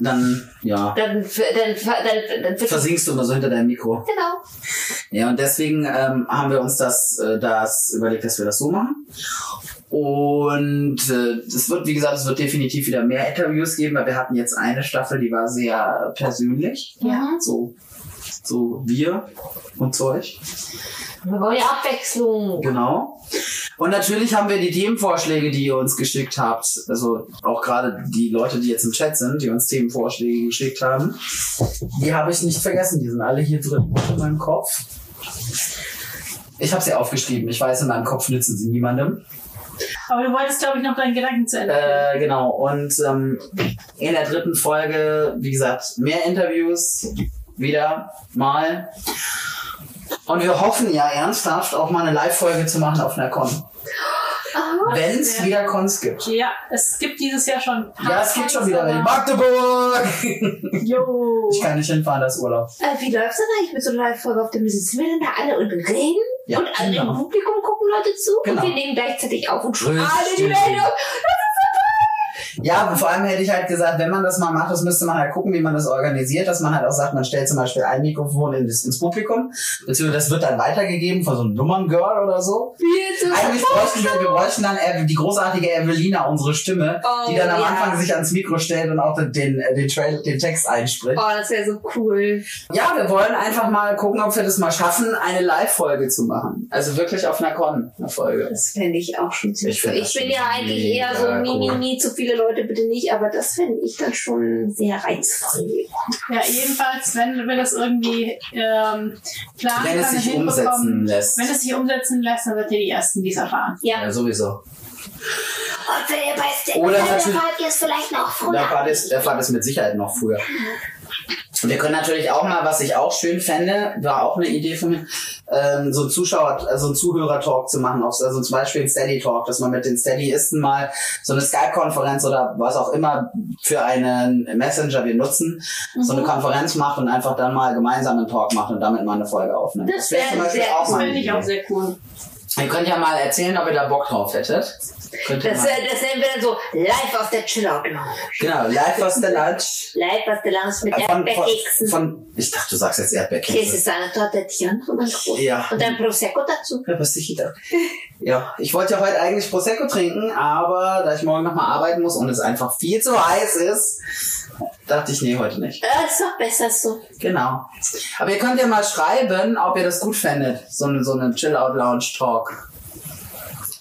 [SPEAKER 2] Dann, ja,
[SPEAKER 1] Dann, f- dann, f- dann, dann, dann
[SPEAKER 2] versinkst du immer so hinter deinem Mikro.
[SPEAKER 1] Genau.
[SPEAKER 2] Ja, und deswegen ähm, haben wir uns das, äh, das überlegt, dass wir das so machen. Und äh, es wird, wie gesagt, es wird definitiv wieder mehr Interviews geben, weil wir hatten jetzt eine Staffel, die war sehr persönlich.
[SPEAKER 5] Ja.
[SPEAKER 2] So, so wir und Zeug.
[SPEAKER 1] Wir wollen ja Abwechslung.
[SPEAKER 2] Genau. Und natürlich haben wir die Themenvorschläge, die ihr uns geschickt habt. Also auch gerade die Leute, die jetzt im Chat sind, die uns Themenvorschläge geschickt haben. Die habe ich nicht vergessen. Die sind alle hier drin in meinem Kopf. Ich habe sie aufgeschrieben. Ich weiß, in meinem Kopf nützen sie niemandem.
[SPEAKER 5] Aber du wolltest, glaube ich, noch deinen Gedanken zu Ende.
[SPEAKER 2] Äh, genau. Und ähm, in der dritten Folge, wie gesagt, mehr Interviews. Wieder mal. Und wir hoffen ja ernsthaft, auch mal eine Live-Folge zu machen auf einer Con. Wenn es
[SPEAKER 5] sehr
[SPEAKER 2] wieder Cons gibt.
[SPEAKER 5] Ja, es gibt dieses Jahr schon.
[SPEAKER 2] Ja, es gibt schon wieder welche. Magdeburg!
[SPEAKER 5] Jo.
[SPEAKER 2] Ich kann nicht hinfahren, das ist Urlaub.
[SPEAKER 1] Äh, wie läuft's denn eigentlich mit so einer Live-Folge auf dem Sitzen? Wir dann da alle und reden
[SPEAKER 2] Ja,
[SPEAKER 1] und alle im
[SPEAKER 2] genau.
[SPEAKER 1] Publikum gucken Leute zu
[SPEAKER 2] Genau.
[SPEAKER 1] und wir nehmen gleichzeitig auf und schreien alle die
[SPEAKER 2] Richtig.
[SPEAKER 1] Meldung.
[SPEAKER 2] Ja, und vor allem hätte ich halt gesagt, wenn man das mal macht, das müsste man halt gucken, wie man das organisiert, dass man halt auch sagt, man stellt zum Beispiel ein Mikrofon in das, ins Publikum, beziehungsweise das wird dann weitergegeben von so einem Nummern-Girl oder so. Eigentlich bräuchten wir, wir bräuchten dann Ev- die großartige Evelina, unsere Stimme,
[SPEAKER 1] Oh,
[SPEAKER 2] die dann am
[SPEAKER 1] ja.
[SPEAKER 2] Anfang sich ans Mikro stellt und auch den, den, äh, den, Trail, den Text einspricht.
[SPEAKER 1] Oh, das wäre so cool.
[SPEAKER 2] Ja, wir wollen einfach mal gucken, ob wir das mal schaffen, eine Live-Folge zu machen. Also wirklich auf einer Con, eine Folge.
[SPEAKER 1] Das fände ich auch schon ziemlich
[SPEAKER 2] Ich
[SPEAKER 1] cool.
[SPEAKER 2] find das
[SPEAKER 1] Ich
[SPEAKER 2] schon
[SPEAKER 1] bin ja eigentlich eher so
[SPEAKER 2] mega
[SPEAKER 1] mi, mi,
[SPEAKER 2] cool.
[SPEAKER 1] mi, zu viele Leute bitte nicht, aber das fände ich dann schon sehr reizvoll.
[SPEAKER 5] Ja, jedenfalls, wenn wir das irgendwie ähm, planen
[SPEAKER 2] Wenn es
[SPEAKER 5] können,
[SPEAKER 2] sich
[SPEAKER 5] hinbekommen-
[SPEAKER 2] umsetzen lässt.
[SPEAKER 5] Wenn es sich umsetzen lässt, dann wird ihr die Ersten, die es erfahren.
[SPEAKER 1] Ja.
[SPEAKER 2] Ja, sowieso.
[SPEAKER 1] Und wenn ihr bei Stick
[SPEAKER 2] Oder
[SPEAKER 1] seid, dann
[SPEAKER 2] natürlich-
[SPEAKER 1] fahrt ihr es vielleicht noch
[SPEAKER 2] Da
[SPEAKER 1] früher.
[SPEAKER 2] fahrt es, da fahrt es mit Sicherheit noch früher. Wir können natürlich auch mal, was ich auch schön fände, war auch eine Idee von mir, ähm, so ein Zuschauer, also einen Zuhörer-Talk zu machen, auf- also zum Beispiel einen Steady-Talk, dass man mit den Steadyisten mal so eine Skype-Konferenz oder was auch immer für einen Messenger wir nutzen, so eine Konferenz macht und einfach dann mal gemeinsam einen Talk macht und damit mal eine Folge aufnimmt.
[SPEAKER 1] Das wär sehr- das
[SPEAKER 2] mal eine
[SPEAKER 5] Finde ich
[SPEAKER 2] Idee.
[SPEAKER 5] auch sehr cool.
[SPEAKER 2] Ihr könnt ja mal erzählen, ob ihr da Bock drauf hättet. Könnt ihr
[SPEAKER 1] Das,
[SPEAKER 2] mal.
[SPEAKER 1] äh, das nennen wir dann so live aus der Chillout Lounge.
[SPEAKER 2] Genau, live aus der Lunch.
[SPEAKER 1] Live aus der Lounge mit
[SPEAKER 2] Äh, Von,
[SPEAKER 1] Erdbeerkeksen.
[SPEAKER 2] von, von, ich dachte, du sagst jetzt
[SPEAKER 1] Käse,
[SPEAKER 2] Erdbeerkekse.
[SPEAKER 1] Sahne, Tortettchen und ein Brot.
[SPEAKER 2] Ja.
[SPEAKER 1] Und ein Prosecco dazu.
[SPEAKER 2] Ja, was ich da. Ja, ich wollte ja heute eigentlich Prosecco trinken, aber da ich morgen nochmal arbeiten muss und es einfach viel zu heiß ist, dachte ich, nee, heute nicht.
[SPEAKER 1] Äh, ist doch besser so.
[SPEAKER 2] Genau. Aber ihr könnt ja mal schreiben, ob ihr das gut fändet, so eine, so eine Chill-Out-Lounge-Talk.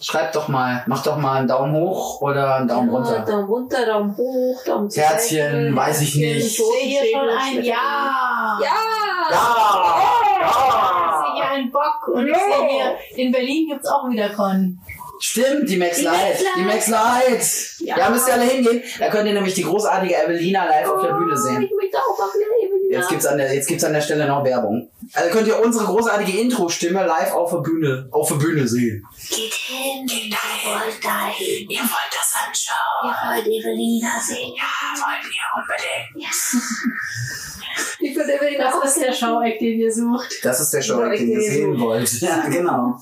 [SPEAKER 2] Schreibt doch mal, macht doch mal einen Daumen hoch oder einen Daumen
[SPEAKER 1] Ja,
[SPEAKER 2] runter.
[SPEAKER 1] Daumen runter, Daumen hoch, Daumen zu
[SPEAKER 2] Herzchen, weiß ich nicht.
[SPEAKER 1] so
[SPEAKER 4] Hier schon ein Ja.
[SPEAKER 1] Ja!
[SPEAKER 2] Ja!
[SPEAKER 4] Ich sehe hier einen Bock und ich sehe hier, in Berlin gibt's auch wieder Con.
[SPEAKER 2] Stimmt, die Max
[SPEAKER 1] Die
[SPEAKER 2] Light.
[SPEAKER 1] Max Light.
[SPEAKER 2] Die Max Light. Ja. müsst ihr alle hingehen. Da könnt ihr nämlich die großartige Evelina live auf der Bühne sehen.
[SPEAKER 1] Ich möchte auch mal Oh, leben.
[SPEAKER 2] Jetzt gibt's an der, jetzt gibt's an der Stelle noch Werbung. Also könnt ihr unsere großartige Intro-Stimme live auf der Bühne, auf der Bühne sehen.
[SPEAKER 1] Geht hin, geht wollt dahin. Ihr wollt das anschauen. Ihr wollt Evelina sehen. Ja, wollt ihr unbedingt. Yes. ich würde Evelina
[SPEAKER 5] Das ist der Show-Eck, den ihr sucht.
[SPEAKER 2] Das ist der Show, den ihr sehen wollt. Ja, genau.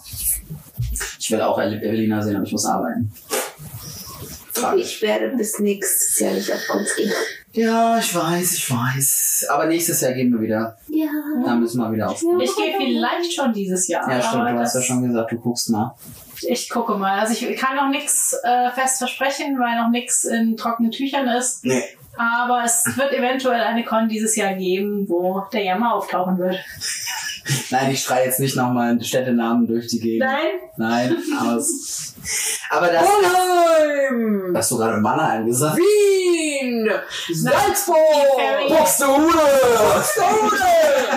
[SPEAKER 2] Ich will auch Evelina sehen, aber ich muss arbeiten. Tragisch.
[SPEAKER 1] Ich werde bis nächstes Jahr nicht auf Kunst gehen.
[SPEAKER 2] Ja, ich weiß, ich weiß. Aber nächstes Jahr gehen wir wieder.
[SPEAKER 1] Ja.
[SPEAKER 2] Da müssen wir wieder auf.
[SPEAKER 5] Ich gehe vielleicht schon dieses Jahr.
[SPEAKER 2] Ja, stimmt.
[SPEAKER 5] aber
[SPEAKER 2] Du hast ja
[SPEAKER 5] das-
[SPEAKER 2] schon gesagt, du guckst mal.
[SPEAKER 5] Ich gucke mal. Also ich kann noch nichts äh, fest versprechen, weil noch nichts in trockenen Tüchern ist.
[SPEAKER 2] Nee.
[SPEAKER 5] Aber es wird eventuell eine Con dieses Jahr geben, wo der Jammer auftauchen wird.
[SPEAKER 2] Nein, ich schreie jetzt nicht nochmal Städtenamen durch die Gegend.
[SPEAKER 5] Nein?
[SPEAKER 2] Nein, aber, es- aber das. Hast du gerade Mannheim gesagt? Wien!
[SPEAKER 5] Die Ferry-
[SPEAKER 2] Oh, Buxtehude!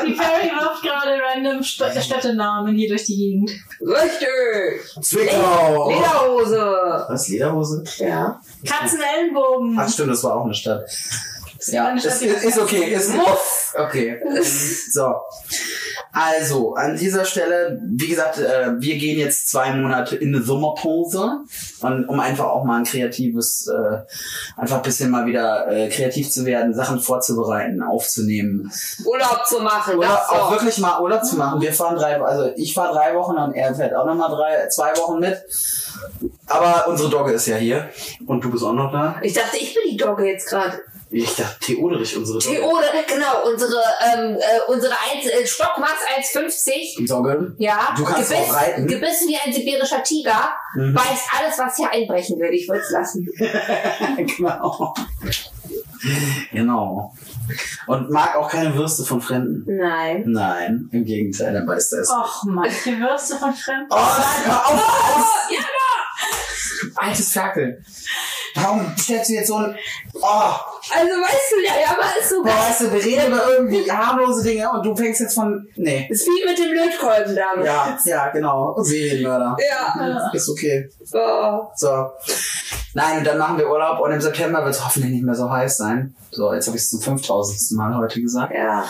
[SPEAKER 5] Die Ferry wirft gerade random St Städtenamen hier durch die Gegend.
[SPEAKER 1] Richtig.
[SPEAKER 2] Zwickau!
[SPEAKER 1] Lederhose.
[SPEAKER 2] Was, Lederhose?
[SPEAKER 1] Ja.
[SPEAKER 5] Katzenellenbogen.
[SPEAKER 2] Ach stimmt, das war auch eine Stadt. Ja,
[SPEAKER 5] Mhm. eine Stadt,
[SPEAKER 2] ist,
[SPEAKER 5] die
[SPEAKER 2] ist, ist
[SPEAKER 5] bekannt
[SPEAKER 2] okay,
[SPEAKER 5] ist.
[SPEAKER 2] ist Muff. Okay. So. Also, an dieser Stelle, wie gesagt, äh, wir gehen jetzt zwei Monate in eine Sommerpause. Und um einfach auch mal ein kreatives, äh, einfach ein bisschen mal wieder äh, kreativ zu werden, Sachen vorzubereiten, aufzunehmen.
[SPEAKER 1] Urlaub zu machen.
[SPEAKER 2] Oder
[SPEAKER 1] das
[SPEAKER 2] auch
[SPEAKER 1] auch.
[SPEAKER 2] wirklich mal Urlaub zu machen. Wir fahren drei, also ich fahre drei Wochen und er fährt auch nochmal drei, zwei Wochen mit. Aber unsere Dogge ist ja hier. Und du bist auch noch da.
[SPEAKER 1] Ich dachte, ich bin die Dogge jetzt gerade.
[SPEAKER 2] Ich dachte, Theoderich, unsere Dogge.
[SPEAKER 1] Theodor, genau, unsere, ähm, äh, unsere Eins, äh, Stockmaß 1,50.
[SPEAKER 2] Dogge.
[SPEAKER 1] Ja,
[SPEAKER 2] Du kannst auch reiten. Mhm.
[SPEAKER 1] gebissen wie ein sibirischer Tiger, beißt alles, was hier einbrechen will. Ich würde es lassen.
[SPEAKER 2] genau. Genau. Und mag auch keine Würste von Fremden.
[SPEAKER 1] Nein.
[SPEAKER 2] Nein, im Gegenteil, dann beißt er es.
[SPEAKER 5] Och, manche Würste von Fremden.
[SPEAKER 2] Oh, hör auf! Altes Ferkel. Warum stellst du jetzt so ein... Oh,
[SPEAKER 1] Also weißt du, der Jammer ist so
[SPEAKER 2] boah,
[SPEAKER 1] geil.
[SPEAKER 2] weißt du, wir reden über irgendwie harmlose Dinge und du fängst jetzt von... Nee.
[SPEAKER 1] Ist wie mit dem Lötkolben damit.
[SPEAKER 2] Ja, ja, genau. Und Serienmörder.
[SPEAKER 1] Ja.
[SPEAKER 2] Ist okay.
[SPEAKER 1] Oh.
[SPEAKER 2] So. Nein, und dann machen wir Urlaub und im September wird es hoffentlich nicht mehr so heiß sein. So, jetzt habe ich es zum 5000. Mal heute gesagt.
[SPEAKER 1] Ja.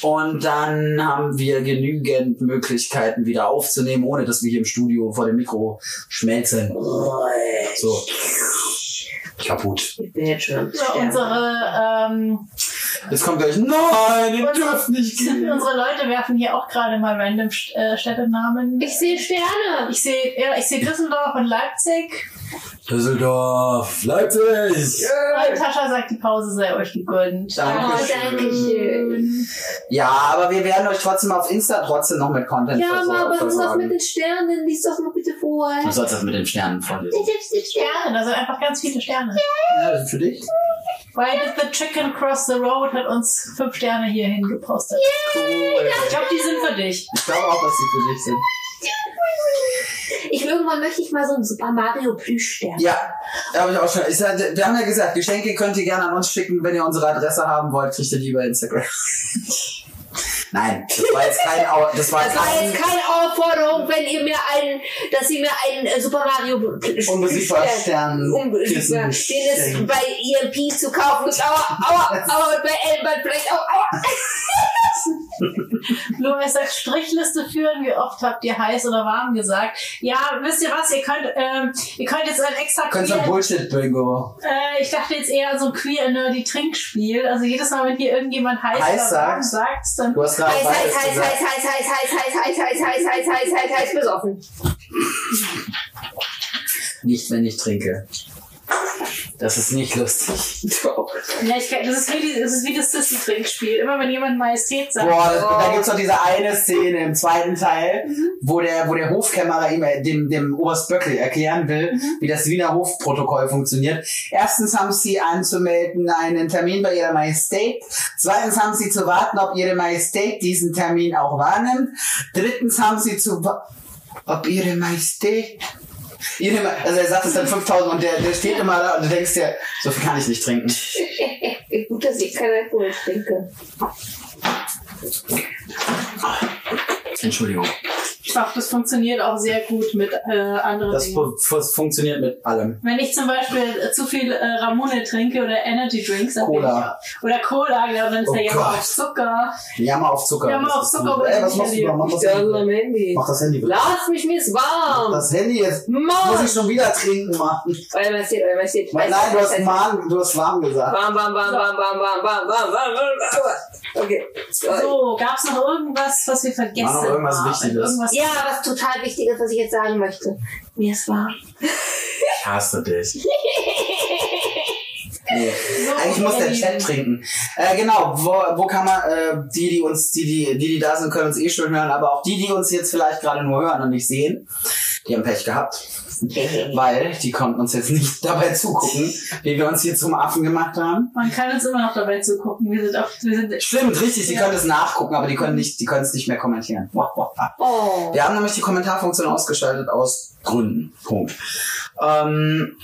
[SPEAKER 2] Und dann haben wir genügend Möglichkeiten wieder aufzunehmen, ohne dass wir hier im Studio vor dem Mikro schmelzen. So. Kaputt.
[SPEAKER 1] Ich bin jetzt schon am
[SPEAKER 5] Ja,
[SPEAKER 1] Sterben.
[SPEAKER 5] unsere, ähm,
[SPEAKER 2] Jetzt kommt gleich, nein, ihr dürft nicht gehen.
[SPEAKER 5] unsere Leute werfen hier auch gerade mal random St äh, Städtenamen.
[SPEAKER 1] Ich sehe Sterne.
[SPEAKER 5] Ich sehe ja, ich sehe Düsseldorf und Leipzig.
[SPEAKER 7] Düsseldorf,
[SPEAKER 2] Äh,
[SPEAKER 7] Leipzig.
[SPEAKER 5] Und Tascha sagt, die Pause sei euch gegönnt.
[SPEAKER 1] Oh,
[SPEAKER 2] Dankeschön.
[SPEAKER 1] danke schön.
[SPEAKER 2] Ja, aber wir werden euch trotzdem auf Insta trotzdem noch mit Content
[SPEAKER 1] Ja,
[SPEAKER 2] versor-
[SPEAKER 1] aber was ist das
[SPEAKER 2] versorgen.
[SPEAKER 1] mit den Sternen? Lies doch mal bitte vor.
[SPEAKER 2] Du sollst das mit den Sternen vorlesen.
[SPEAKER 5] Sterne, da sind einfach ganz viele Sterne.
[SPEAKER 2] Ja, das ist für dich.
[SPEAKER 5] Why did the chicken cross the road hat uns fünf Sterne hierhin gepostet.
[SPEAKER 2] Cool.
[SPEAKER 5] Ich glaube, die sind für dich.
[SPEAKER 2] Ich glaube auch, dass sie für dich sind.
[SPEAKER 1] Ich irgendwann möchte ich mal so einen Super Mario Plüschstern.
[SPEAKER 2] Ja, habe ich auch schon. Ich sagte, wir haben ja gesagt, Geschenke könnt ihr gerne an uns schicken. Wenn ihr unsere Adresse haben wollt, kriegt ihr die über Instagram. Nein, das war jetzt kein, Au- das war
[SPEAKER 1] Das war jetzt keine Aufforderung, wenn ihr mir einen, dass ihr mir einen äh, Super Mario
[SPEAKER 2] Unbesiegbarer
[SPEAKER 1] Stern-
[SPEAKER 2] Stern.
[SPEAKER 1] unbesiegbar, den es bei EMP zu kaufen ist. Aua, aua, aua, und bei Elbert vielleicht auch. Aua.
[SPEAKER 5] Louis sagt, Strichliste führen, wie oft habt ihr heiß oder warm gesagt? Ja, wisst ihr was, ihr könnt, ähm, ihr könnt jetzt ein extra
[SPEAKER 2] Könntest du
[SPEAKER 5] queer-
[SPEAKER 2] Bullshit-Bingo.
[SPEAKER 5] äh, ich dachte jetzt eher an so ein queer and nerdy Trinkspiel. Also jedes Mal, wenn hier irgendjemand heiß,
[SPEAKER 2] Heiß
[SPEAKER 5] oder warm
[SPEAKER 2] sagt.
[SPEAKER 5] sagt, dann
[SPEAKER 2] Du hast gerade
[SPEAKER 1] Heiß, heiß,
[SPEAKER 2] beides
[SPEAKER 1] heiß, heiß,
[SPEAKER 2] gesagt.
[SPEAKER 1] heiß, heiß, heiß, heiß, heiß, heiß, heiß, heiß, heiß, heiß, heiß, besoffen.
[SPEAKER 2] Nicht, wenn ich trinke. Das ist nicht lustig.
[SPEAKER 5] Ja, ich kann, das, ist wie die, das ist wie das Sissy-Trinkspiel. Immer wenn jemand Majestät sagt,
[SPEAKER 2] Boah, das, da gibt's doch diese eine Szene im zweiten Teil, wo der, wo der Hofkämmerer ihm, äh, dem, dem Oberst Böckel erklären will, wie das Wiener Hofprotokoll funktioniert. Erstens haben sie anzumelden einen Termin bei ihrer Majestät. Zweitens haben sie zu warten, ob ihre Majestät diesen Termin auch wahrnimmt. Drittens haben sie zu, wa- ob ihre Majestät Ihre, Ma- also er sagt es dann 5000 und der, der steht immer da und du denkst dir, so viel kann ich nicht trinken.
[SPEAKER 1] Gut, dass ich kein Alkohol trinke.
[SPEAKER 2] Entschuldigung.
[SPEAKER 5] ich glaube, das funktioniert auch sehr gut mit äh, anderen
[SPEAKER 2] Das
[SPEAKER 5] Dingen.
[SPEAKER 2] fu- fu- funktioniert mit allem.
[SPEAKER 5] Wenn ich zum Beispiel äh, zu viel äh, Ramone trinke oder Energy Drinks, dann bin
[SPEAKER 2] Cola.
[SPEAKER 5] ich, oder Cola, genau, dann ist
[SPEAKER 2] Oh
[SPEAKER 5] der Jammer
[SPEAKER 2] Gott.
[SPEAKER 5] auf Zucker.
[SPEAKER 2] Jammer auf Zucker.
[SPEAKER 5] Jammer
[SPEAKER 2] Das
[SPEAKER 5] auf
[SPEAKER 2] ist
[SPEAKER 5] Zucker,
[SPEAKER 2] gut.
[SPEAKER 5] oder
[SPEAKER 2] Ey, was
[SPEAKER 5] nicht,
[SPEAKER 2] machst du
[SPEAKER 5] Elliot?
[SPEAKER 2] da? Mach das
[SPEAKER 1] Ich am
[SPEAKER 2] Handy.
[SPEAKER 1] Handy.
[SPEAKER 2] Mach das Handy bitte.
[SPEAKER 1] Lass mich, mir ist warm.
[SPEAKER 2] Das Handy jetzt. Muss
[SPEAKER 1] Mann.
[SPEAKER 2] ich schon wieder trinken, Mann.
[SPEAKER 1] Euer Majestät, Euer Majestät.
[SPEAKER 2] Nein, nein, du hast, Mann, du hast warm gesagt.
[SPEAKER 1] Bam, bam, bam, bam, bam, bam, bam, bam, bam, bam, bam. Okay. So.
[SPEAKER 5] So, gab's noch irgendwas, was wir vergessen
[SPEAKER 2] War noch irgendwas
[SPEAKER 5] haben?
[SPEAKER 2] Wichtiges?
[SPEAKER 5] Irgendwas
[SPEAKER 1] Ja, was total Wichtiges, was ich jetzt sagen möchte. Mir ist warm.
[SPEAKER 2] Ich hasse dich. Nee.
[SPEAKER 5] So,
[SPEAKER 2] Eigentlich muss der Chat trinken. Äh, genau, wo, wo kann man, äh, die, die uns, die, die, die, die da sind, können uns eh schon hören, aber auch die, die uns jetzt vielleicht gerade nur hören und nicht sehen, die haben Pech gehabt. Weil die konnten uns jetzt nicht dabei zugucken, wie wir uns hier zum Affen gemacht haben.
[SPEAKER 5] Man kann uns immer noch dabei zugucken. Wir sind auf, wir sind,
[SPEAKER 2] Stimmt, richtig, die
[SPEAKER 5] Ja.
[SPEAKER 2] können das nachgucken, aber die können nicht, die können es nicht mehr kommentieren. Wow, wow, wow.
[SPEAKER 1] Oh.
[SPEAKER 2] Wir haben nämlich die Kommentarfunktion ausgeschaltet aus Gründen. Punkt. Ähm,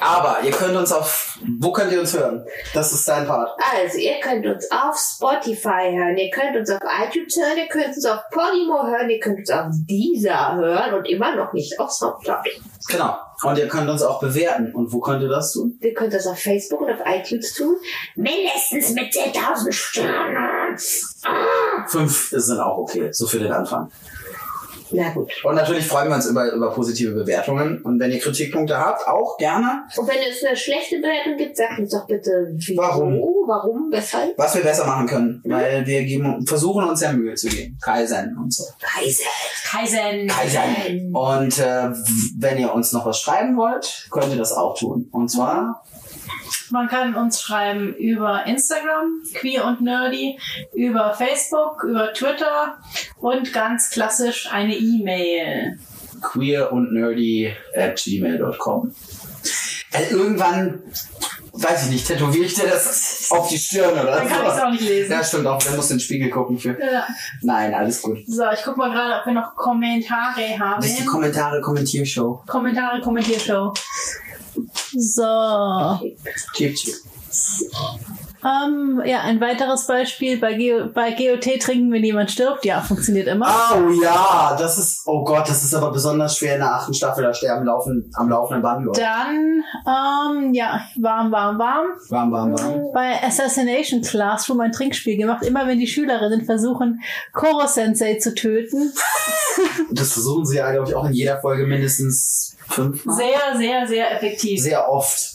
[SPEAKER 2] aber ihr könnt uns auf. Wo könnt ihr uns hören? Das ist dein Part.
[SPEAKER 1] Also, ihr könnt uns auf Spotify hören, ihr könnt uns auf iTunes hören, ihr könnt uns auf Podimo hören, ihr könnt uns auf Deezer hören und immer noch nicht auf Soundcloud.
[SPEAKER 2] Genau. Und ihr könnt uns auch bewerten. Und wo könnt ihr das tun?
[SPEAKER 1] Ihr könnt das auf Facebook und auf iTunes tun. Mindestens mit 10.000 Sternen. Ah.
[SPEAKER 2] Fünf sind auch okay, so für den Anfang.
[SPEAKER 1] Na gut.
[SPEAKER 2] Und natürlich freuen wir uns über, über positive Bewertungen. Und wenn ihr Kritikpunkte habt, auch gerne.
[SPEAKER 1] Und wenn es eine schlechte Bewertung gibt, sagt uns doch bitte, wieso,
[SPEAKER 2] Warum?
[SPEAKER 1] warum, weshalb.
[SPEAKER 2] Was wir besser machen können, weil wir geben, versuchen uns ja Mühe zu geben. Kaisen und so.
[SPEAKER 1] Reise.
[SPEAKER 5] Kaisen.
[SPEAKER 2] Kaisen. Und äh, wenn ihr uns noch was schreiben wollt, könnt ihr das auch tun. Und zwar
[SPEAKER 5] Man kann uns schreiben über Instagram, queer und nerdy, über Facebook, über Twitter und ganz klassisch eine E-Mail.
[SPEAKER 2] queer und nerdy at gmail.com. Also irgendwann, weiß ich nicht, tätowiere ich dir das auf die Stirn oder
[SPEAKER 5] Dann kann ich es auch nicht lesen.
[SPEAKER 2] Ja, stimmt auch, dann musst du in den Spiegel gucken für.
[SPEAKER 5] Ja.
[SPEAKER 2] Nein, alles gut.
[SPEAKER 5] So, ich guck mal gerade, ob wir noch Kommentare
[SPEAKER 2] Das ist die
[SPEAKER 5] haben.
[SPEAKER 2] Kommentare, Kommentiershow.
[SPEAKER 5] Kommentare, Kommentiershow.
[SPEAKER 4] So.
[SPEAKER 2] Chip, chip.
[SPEAKER 4] Ähm, ja, ein weiteres Beispiel. Bei, Geo bei GOT trinken, wenn jemand stirbt. Ja, funktioniert immer.
[SPEAKER 2] Oh ja, das ist, oh Gott, das ist aber besonders schwer in der achten Staffel, da sterben laufen, am laufenden Band. Leute.
[SPEAKER 4] Dann, ähm, ja, warm, warm, warm.
[SPEAKER 2] Bam, bam, bam.
[SPEAKER 4] bei Assassination Classroom ein Trinkspiel gemacht. Immer wenn die Schülerinnen versuchen, Koro-Sensei zu töten.
[SPEAKER 2] Das versuchen sie ja, glaube ich, auch in jeder Folge mindestens fünfmal.
[SPEAKER 5] Sehr, sehr, sehr effektiv.
[SPEAKER 2] sehr oft.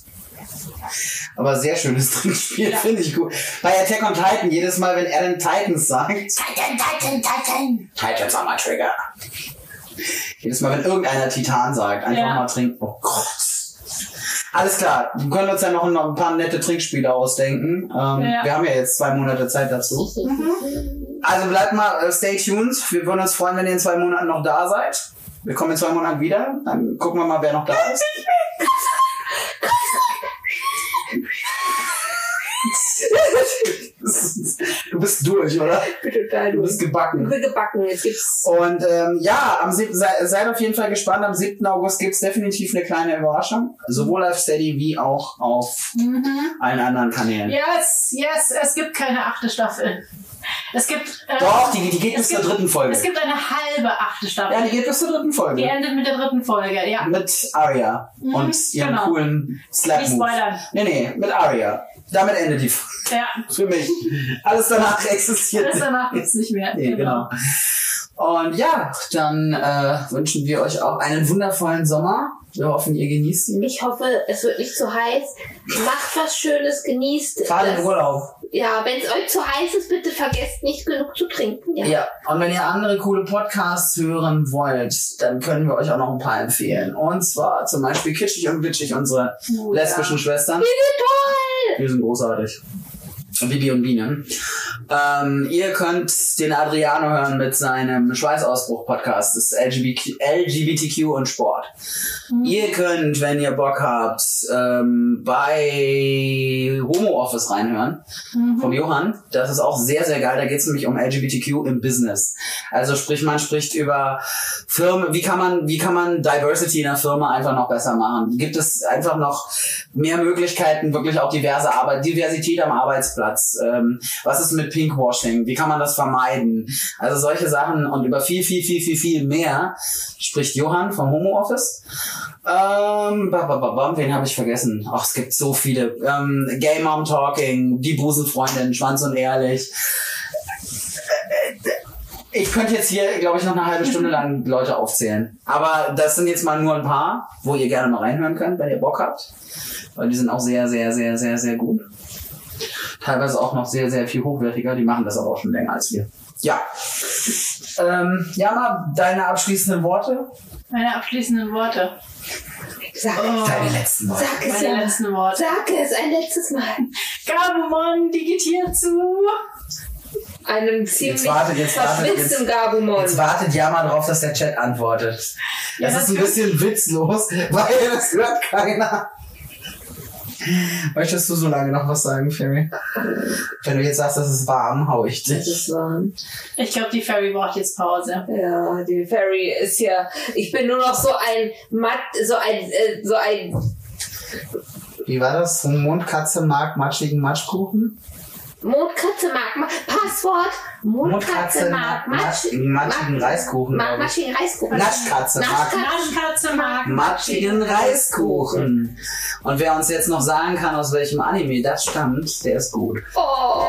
[SPEAKER 2] Aber sehr schönes Trinkspiel, finde ich gut. Bei Attack on Titan, jedes Mal, wenn er den Titans sagt. Titan, Titan, Titan. Titans are my trigger. Jedes Mal, wenn irgendeiner Titan sagt, einfach
[SPEAKER 5] Ja.
[SPEAKER 2] mal trinken. Oh Gott. Alles klar, wir können uns ja noch, noch ein paar nette Trinkspiele ausdenken. Ähm,
[SPEAKER 5] Ja.
[SPEAKER 2] Wir haben ja jetzt zwei Monate Zeit dazu. Also bleibt mal, äh, stay tuned. Wir würden uns freuen, wenn ihr in zwei Monaten noch da seid. Wir kommen in zwei Monaten wieder. Dann gucken wir mal, wer noch da ist. Du bist durch, oder?
[SPEAKER 1] Bitte, da,
[SPEAKER 2] Du
[SPEAKER 1] du
[SPEAKER 2] bist
[SPEAKER 1] bist
[SPEAKER 2] gebacken.
[SPEAKER 1] gebacken. Jetzt gibt's
[SPEAKER 2] Und ähm, ja, am siebten- sei, seid auf jeden Fall gespannt. Am 7. August gibt's definitiv eine kleine Überraschung. Sowohl auf Steady wie auch
[SPEAKER 5] Mhm.
[SPEAKER 2] auf allen anderen Kanälen.
[SPEAKER 5] Yes, yes, es gibt keine achte Staffel. Es gibt. Äh,
[SPEAKER 2] Doch, die, die geht
[SPEAKER 5] es
[SPEAKER 2] bis zur
[SPEAKER 5] gibt-
[SPEAKER 2] dritten Folge.
[SPEAKER 5] Es gibt eine halbe achte Staffel.
[SPEAKER 2] Ja, die geht bis zur dritten Folge.
[SPEAKER 5] Die endet mit der dritten Folge, ja.
[SPEAKER 2] Mit Arya
[SPEAKER 5] Mhm,
[SPEAKER 2] und ihrem
[SPEAKER 5] genau.
[SPEAKER 2] coolen
[SPEAKER 5] Nicht
[SPEAKER 2] Slap-Move.
[SPEAKER 5] spoilern.
[SPEAKER 2] Nee, nee, mit Arya. Damit endet die Folge.
[SPEAKER 5] Ja,
[SPEAKER 2] Für mich. Alles danach existiert
[SPEAKER 5] alles
[SPEAKER 2] nicht.
[SPEAKER 5] danach gibt's nicht mehr.
[SPEAKER 2] Nee, genau. Und ja, dann äh, wünschen wir euch auch einen wundervollen Sommer. Wir hoffen, ihr genießt ihn.
[SPEAKER 1] Ich hoffe, es wird nicht zu heiß. Macht was Schönes, genießt.
[SPEAKER 2] Fahrt in
[SPEAKER 1] es.
[SPEAKER 2] den Urlaub.
[SPEAKER 1] Ja, wenn es euch zu heiß ist, bitte vergesst nicht genug zu trinken. Ja.
[SPEAKER 2] Ja, und wenn ihr andere coole Podcasts hören wollt, dann können wir euch auch noch ein paar empfehlen. Und zwar zum Beispiel Kitschig und Witschig, unsere
[SPEAKER 5] Oh,
[SPEAKER 2] lesbischen Schwestern. Wir sind großartig. Bibi und Biene. Ähm, ihr könnt den Adriano hören mit seinem Schweißausbruch-Podcast, das LGBT, LGBTQ und Sport. Ihr könnt, wenn ihr Bock habt, ähm, bei Homo Office reinhören vom Johann. Das ist auch sehr, sehr geil. Da geht es nämlich um LGBTQ im Business. Also sprich, man spricht über Firmen, wie kann man, wie kann man Diversity in der Firma einfach noch besser machen? Gibt es einfach noch mehr Möglichkeiten, wirklich auch diverse Arbeit, Diversität am Arbeitsplatz? Ähm, was ist mit Pinkwashing? Wie kann man das vermeiden? Also solche Sachen und über viel, viel, viel, viel, viel mehr spricht Johann vom Homeoffice. Ähm, ba, ba, ba, bam, wen habe ich vergessen? Ach, es gibt so viele. Ähm, Gay Mom Talking, die Busenfreundin, Schwanz und Ehrlich. Ich könnte jetzt hier, glaube ich, noch eine halbe Stunde lang Leute aufzählen. Aber das sind jetzt mal nur ein paar, wo ihr gerne mal reinhören könnt, wenn ihr Bock habt. Weil die sind auch sehr, sehr, sehr, sehr, sehr gut. Teilweise auch noch sehr, sehr viel hochwertiger. Die machen das aber auch schon länger als wir. Ja. Ähm, Jana, deine abschließenden Worte?
[SPEAKER 5] Meine abschließenden Worte.
[SPEAKER 1] Sag,
[SPEAKER 2] Deine Oh, letzten Worte.
[SPEAKER 1] sag es,
[SPEAKER 5] Meine
[SPEAKER 1] ja.
[SPEAKER 5] letzten Worte.
[SPEAKER 1] sag es ein letztes Mal.
[SPEAKER 5] Gabumon digitiert zu.
[SPEAKER 1] Einem ziemlich
[SPEAKER 2] wartet, jetzt wartet,
[SPEAKER 1] verschwitzten
[SPEAKER 2] jetzt-
[SPEAKER 1] Gabumon.
[SPEAKER 2] Jetzt wartet ja mal drauf, dass der Chat antwortet. Das ist ein bisschen witzlos, weil das hört keiner. Möchtest du so lange noch was sagen, Ferry? Wenn du jetzt sagst, das ist warm, hau ich
[SPEAKER 1] Das
[SPEAKER 2] dich.
[SPEAKER 1] ist warm.
[SPEAKER 5] Ich glaube, die Fairy braucht jetzt Pause.
[SPEAKER 1] Ja, die Fairy ist ja. Ich bin nur noch so ein matt, so ein, äh, so ein.
[SPEAKER 2] Wie war das? Mondkatze mag matschigen Matschkuchen?
[SPEAKER 1] Mondkatze mag Ma- Passwort. Mondkatze mag Matsch.
[SPEAKER 2] matschigen matschigen Reiskuchen.
[SPEAKER 1] Mag
[SPEAKER 2] glaub ich.
[SPEAKER 1] matschigen Reiskuchen.
[SPEAKER 2] Naschkatze mag
[SPEAKER 1] Naschkatze.
[SPEAKER 5] Naschkatze mag.
[SPEAKER 2] matschigen Reiskuchen. Und wer uns jetzt noch sagen kann, aus welchem Anime das stammt, der ist gut.
[SPEAKER 1] Oh,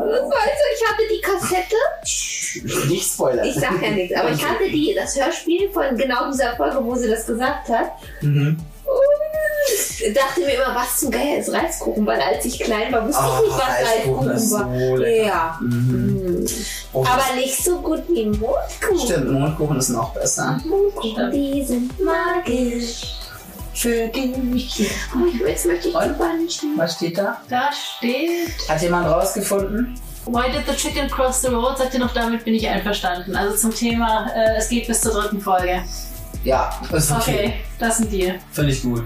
[SPEAKER 1] das weißt du, ich hatte die Kassette.
[SPEAKER 2] Nicht spoilern.
[SPEAKER 1] Ich sag ja nichts, aber ich hatte die, das Hörspiel von genau dieser Folge, wo sie das gesagt hat.
[SPEAKER 2] Mhm.
[SPEAKER 1] Und dachte mir immer, was zum Geier ist Reiskuchen, weil als ich klein war, wusste ich
[SPEAKER 2] Oh,
[SPEAKER 1] nicht, was Reiskuchen,
[SPEAKER 2] Reiskuchen ist
[SPEAKER 1] war.
[SPEAKER 2] so lecker.
[SPEAKER 1] ja.
[SPEAKER 2] Mhm.
[SPEAKER 1] Mhm.
[SPEAKER 2] Oh,
[SPEAKER 1] Aber nicht so gut wie Mondkuchen.
[SPEAKER 2] Stimmt, Mondkuchen ist noch besser.
[SPEAKER 1] Mondkuchen, die sind magisch.
[SPEAKER 2] Für dich.
[SPEAKER 1] Oh, ich- jetzt möchte ich
[SPEAKER 2] Und?
[SPEAKER 1] zu Bungee.
[SPEAKER 2] Was steht da?
[SPEAKER 5] Da steht.
[SPEAKER 2] Hat jemand rausgefunden?
[SPEAKER 5] Why did the chicken cross the road? Sagt ihr noch, damit bin ich einverstanden. Also zum Thema, äh, es geht bis zur dritten Folge.
[SPEAKER 2] Ja, ist
[SPEAKER 5] Okay,
[SPEAKER 2] okay.
[SPEAKER 5] das sind die.
[SPEAKER 2] Finde ich gut.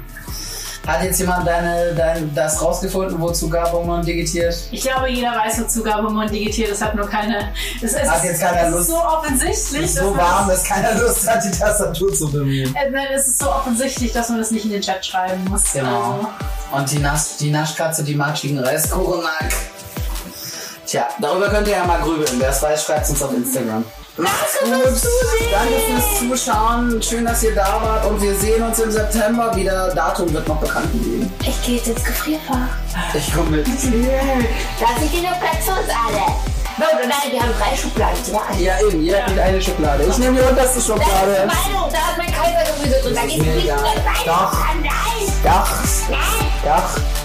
[SPEAKER 2] Hat jetzt jemand deine, dein, das rausgefunden, wozu Gabumon digitiert?
[SPEAKER 5] Ich glaube, jeder weiß, wo Zugabemon digitiert. Es hat nur keine. Es ist,
[SPEAKER 2] Hat jetzt keiner
[SPEAKER 5] es ist
[SPEAKER 2] Lust.
[SPEAKER 5] so offensichtlich.
[SPEAKER 2] Ist
[SPEAKER 5] dass
[SPEAKER 2] so
[SPEAKER 5] man
[SPEAKER 2] warm,
[SPEAKER 5] das-
[SPEAKER 2] dass keiner Lust hat, die Tastatur zu bemühen.
[SPEAKER 5] Äh, Nein, es ist so offensichtlich, dass man das nicht in den Chat schreiben muss.
[SPEAKER 2] Genau.
[SPEAKER 5] Also,
[SPEAKER 2] Und die, Nas die Naschkatze, die matschigen Reiskuchen mag. Tja, darüber könnt ihr ja mal grübeln. Wer es weiß, schreibt uns auf Instagram. Macht's gut. Danke fürs Zuschauen. Schön, dass ihr da wart. Und wir sehen uns im September wieder. Datum wird noch bekannt gegeben.
[SPEAKER 1] Ich gehe jetzt ins Gefrierfach.
[SPEAKER 2] Ich komme mit.
[SPEAKER 1] Da sind genug Platz für uns alle. Nein, nein, wir haben drei Schubladen. Ja, eine.
[SPEAKER 2] Ja, eben. Jeder kriegt eine Schublade. Ich nehme die unterste Schublade.
[SPEAKER 1] Meinung, da hat mein Kaisergemüse drin. Da
[SPEAKER 2] ist
[SPEAKER 1] geht
[SPEAKER 2] mir
[SPEAKER 1] nicht
[SPEAKER 2] egal.
[SPEAKER 1] drin. Nein,
[SPEAKER 2] Doch.
[SPEAKER 1] nein,
[SPEAKER 2] Dach.
[SPEAKER 1] nein.
[SPEAKER 2] Dach.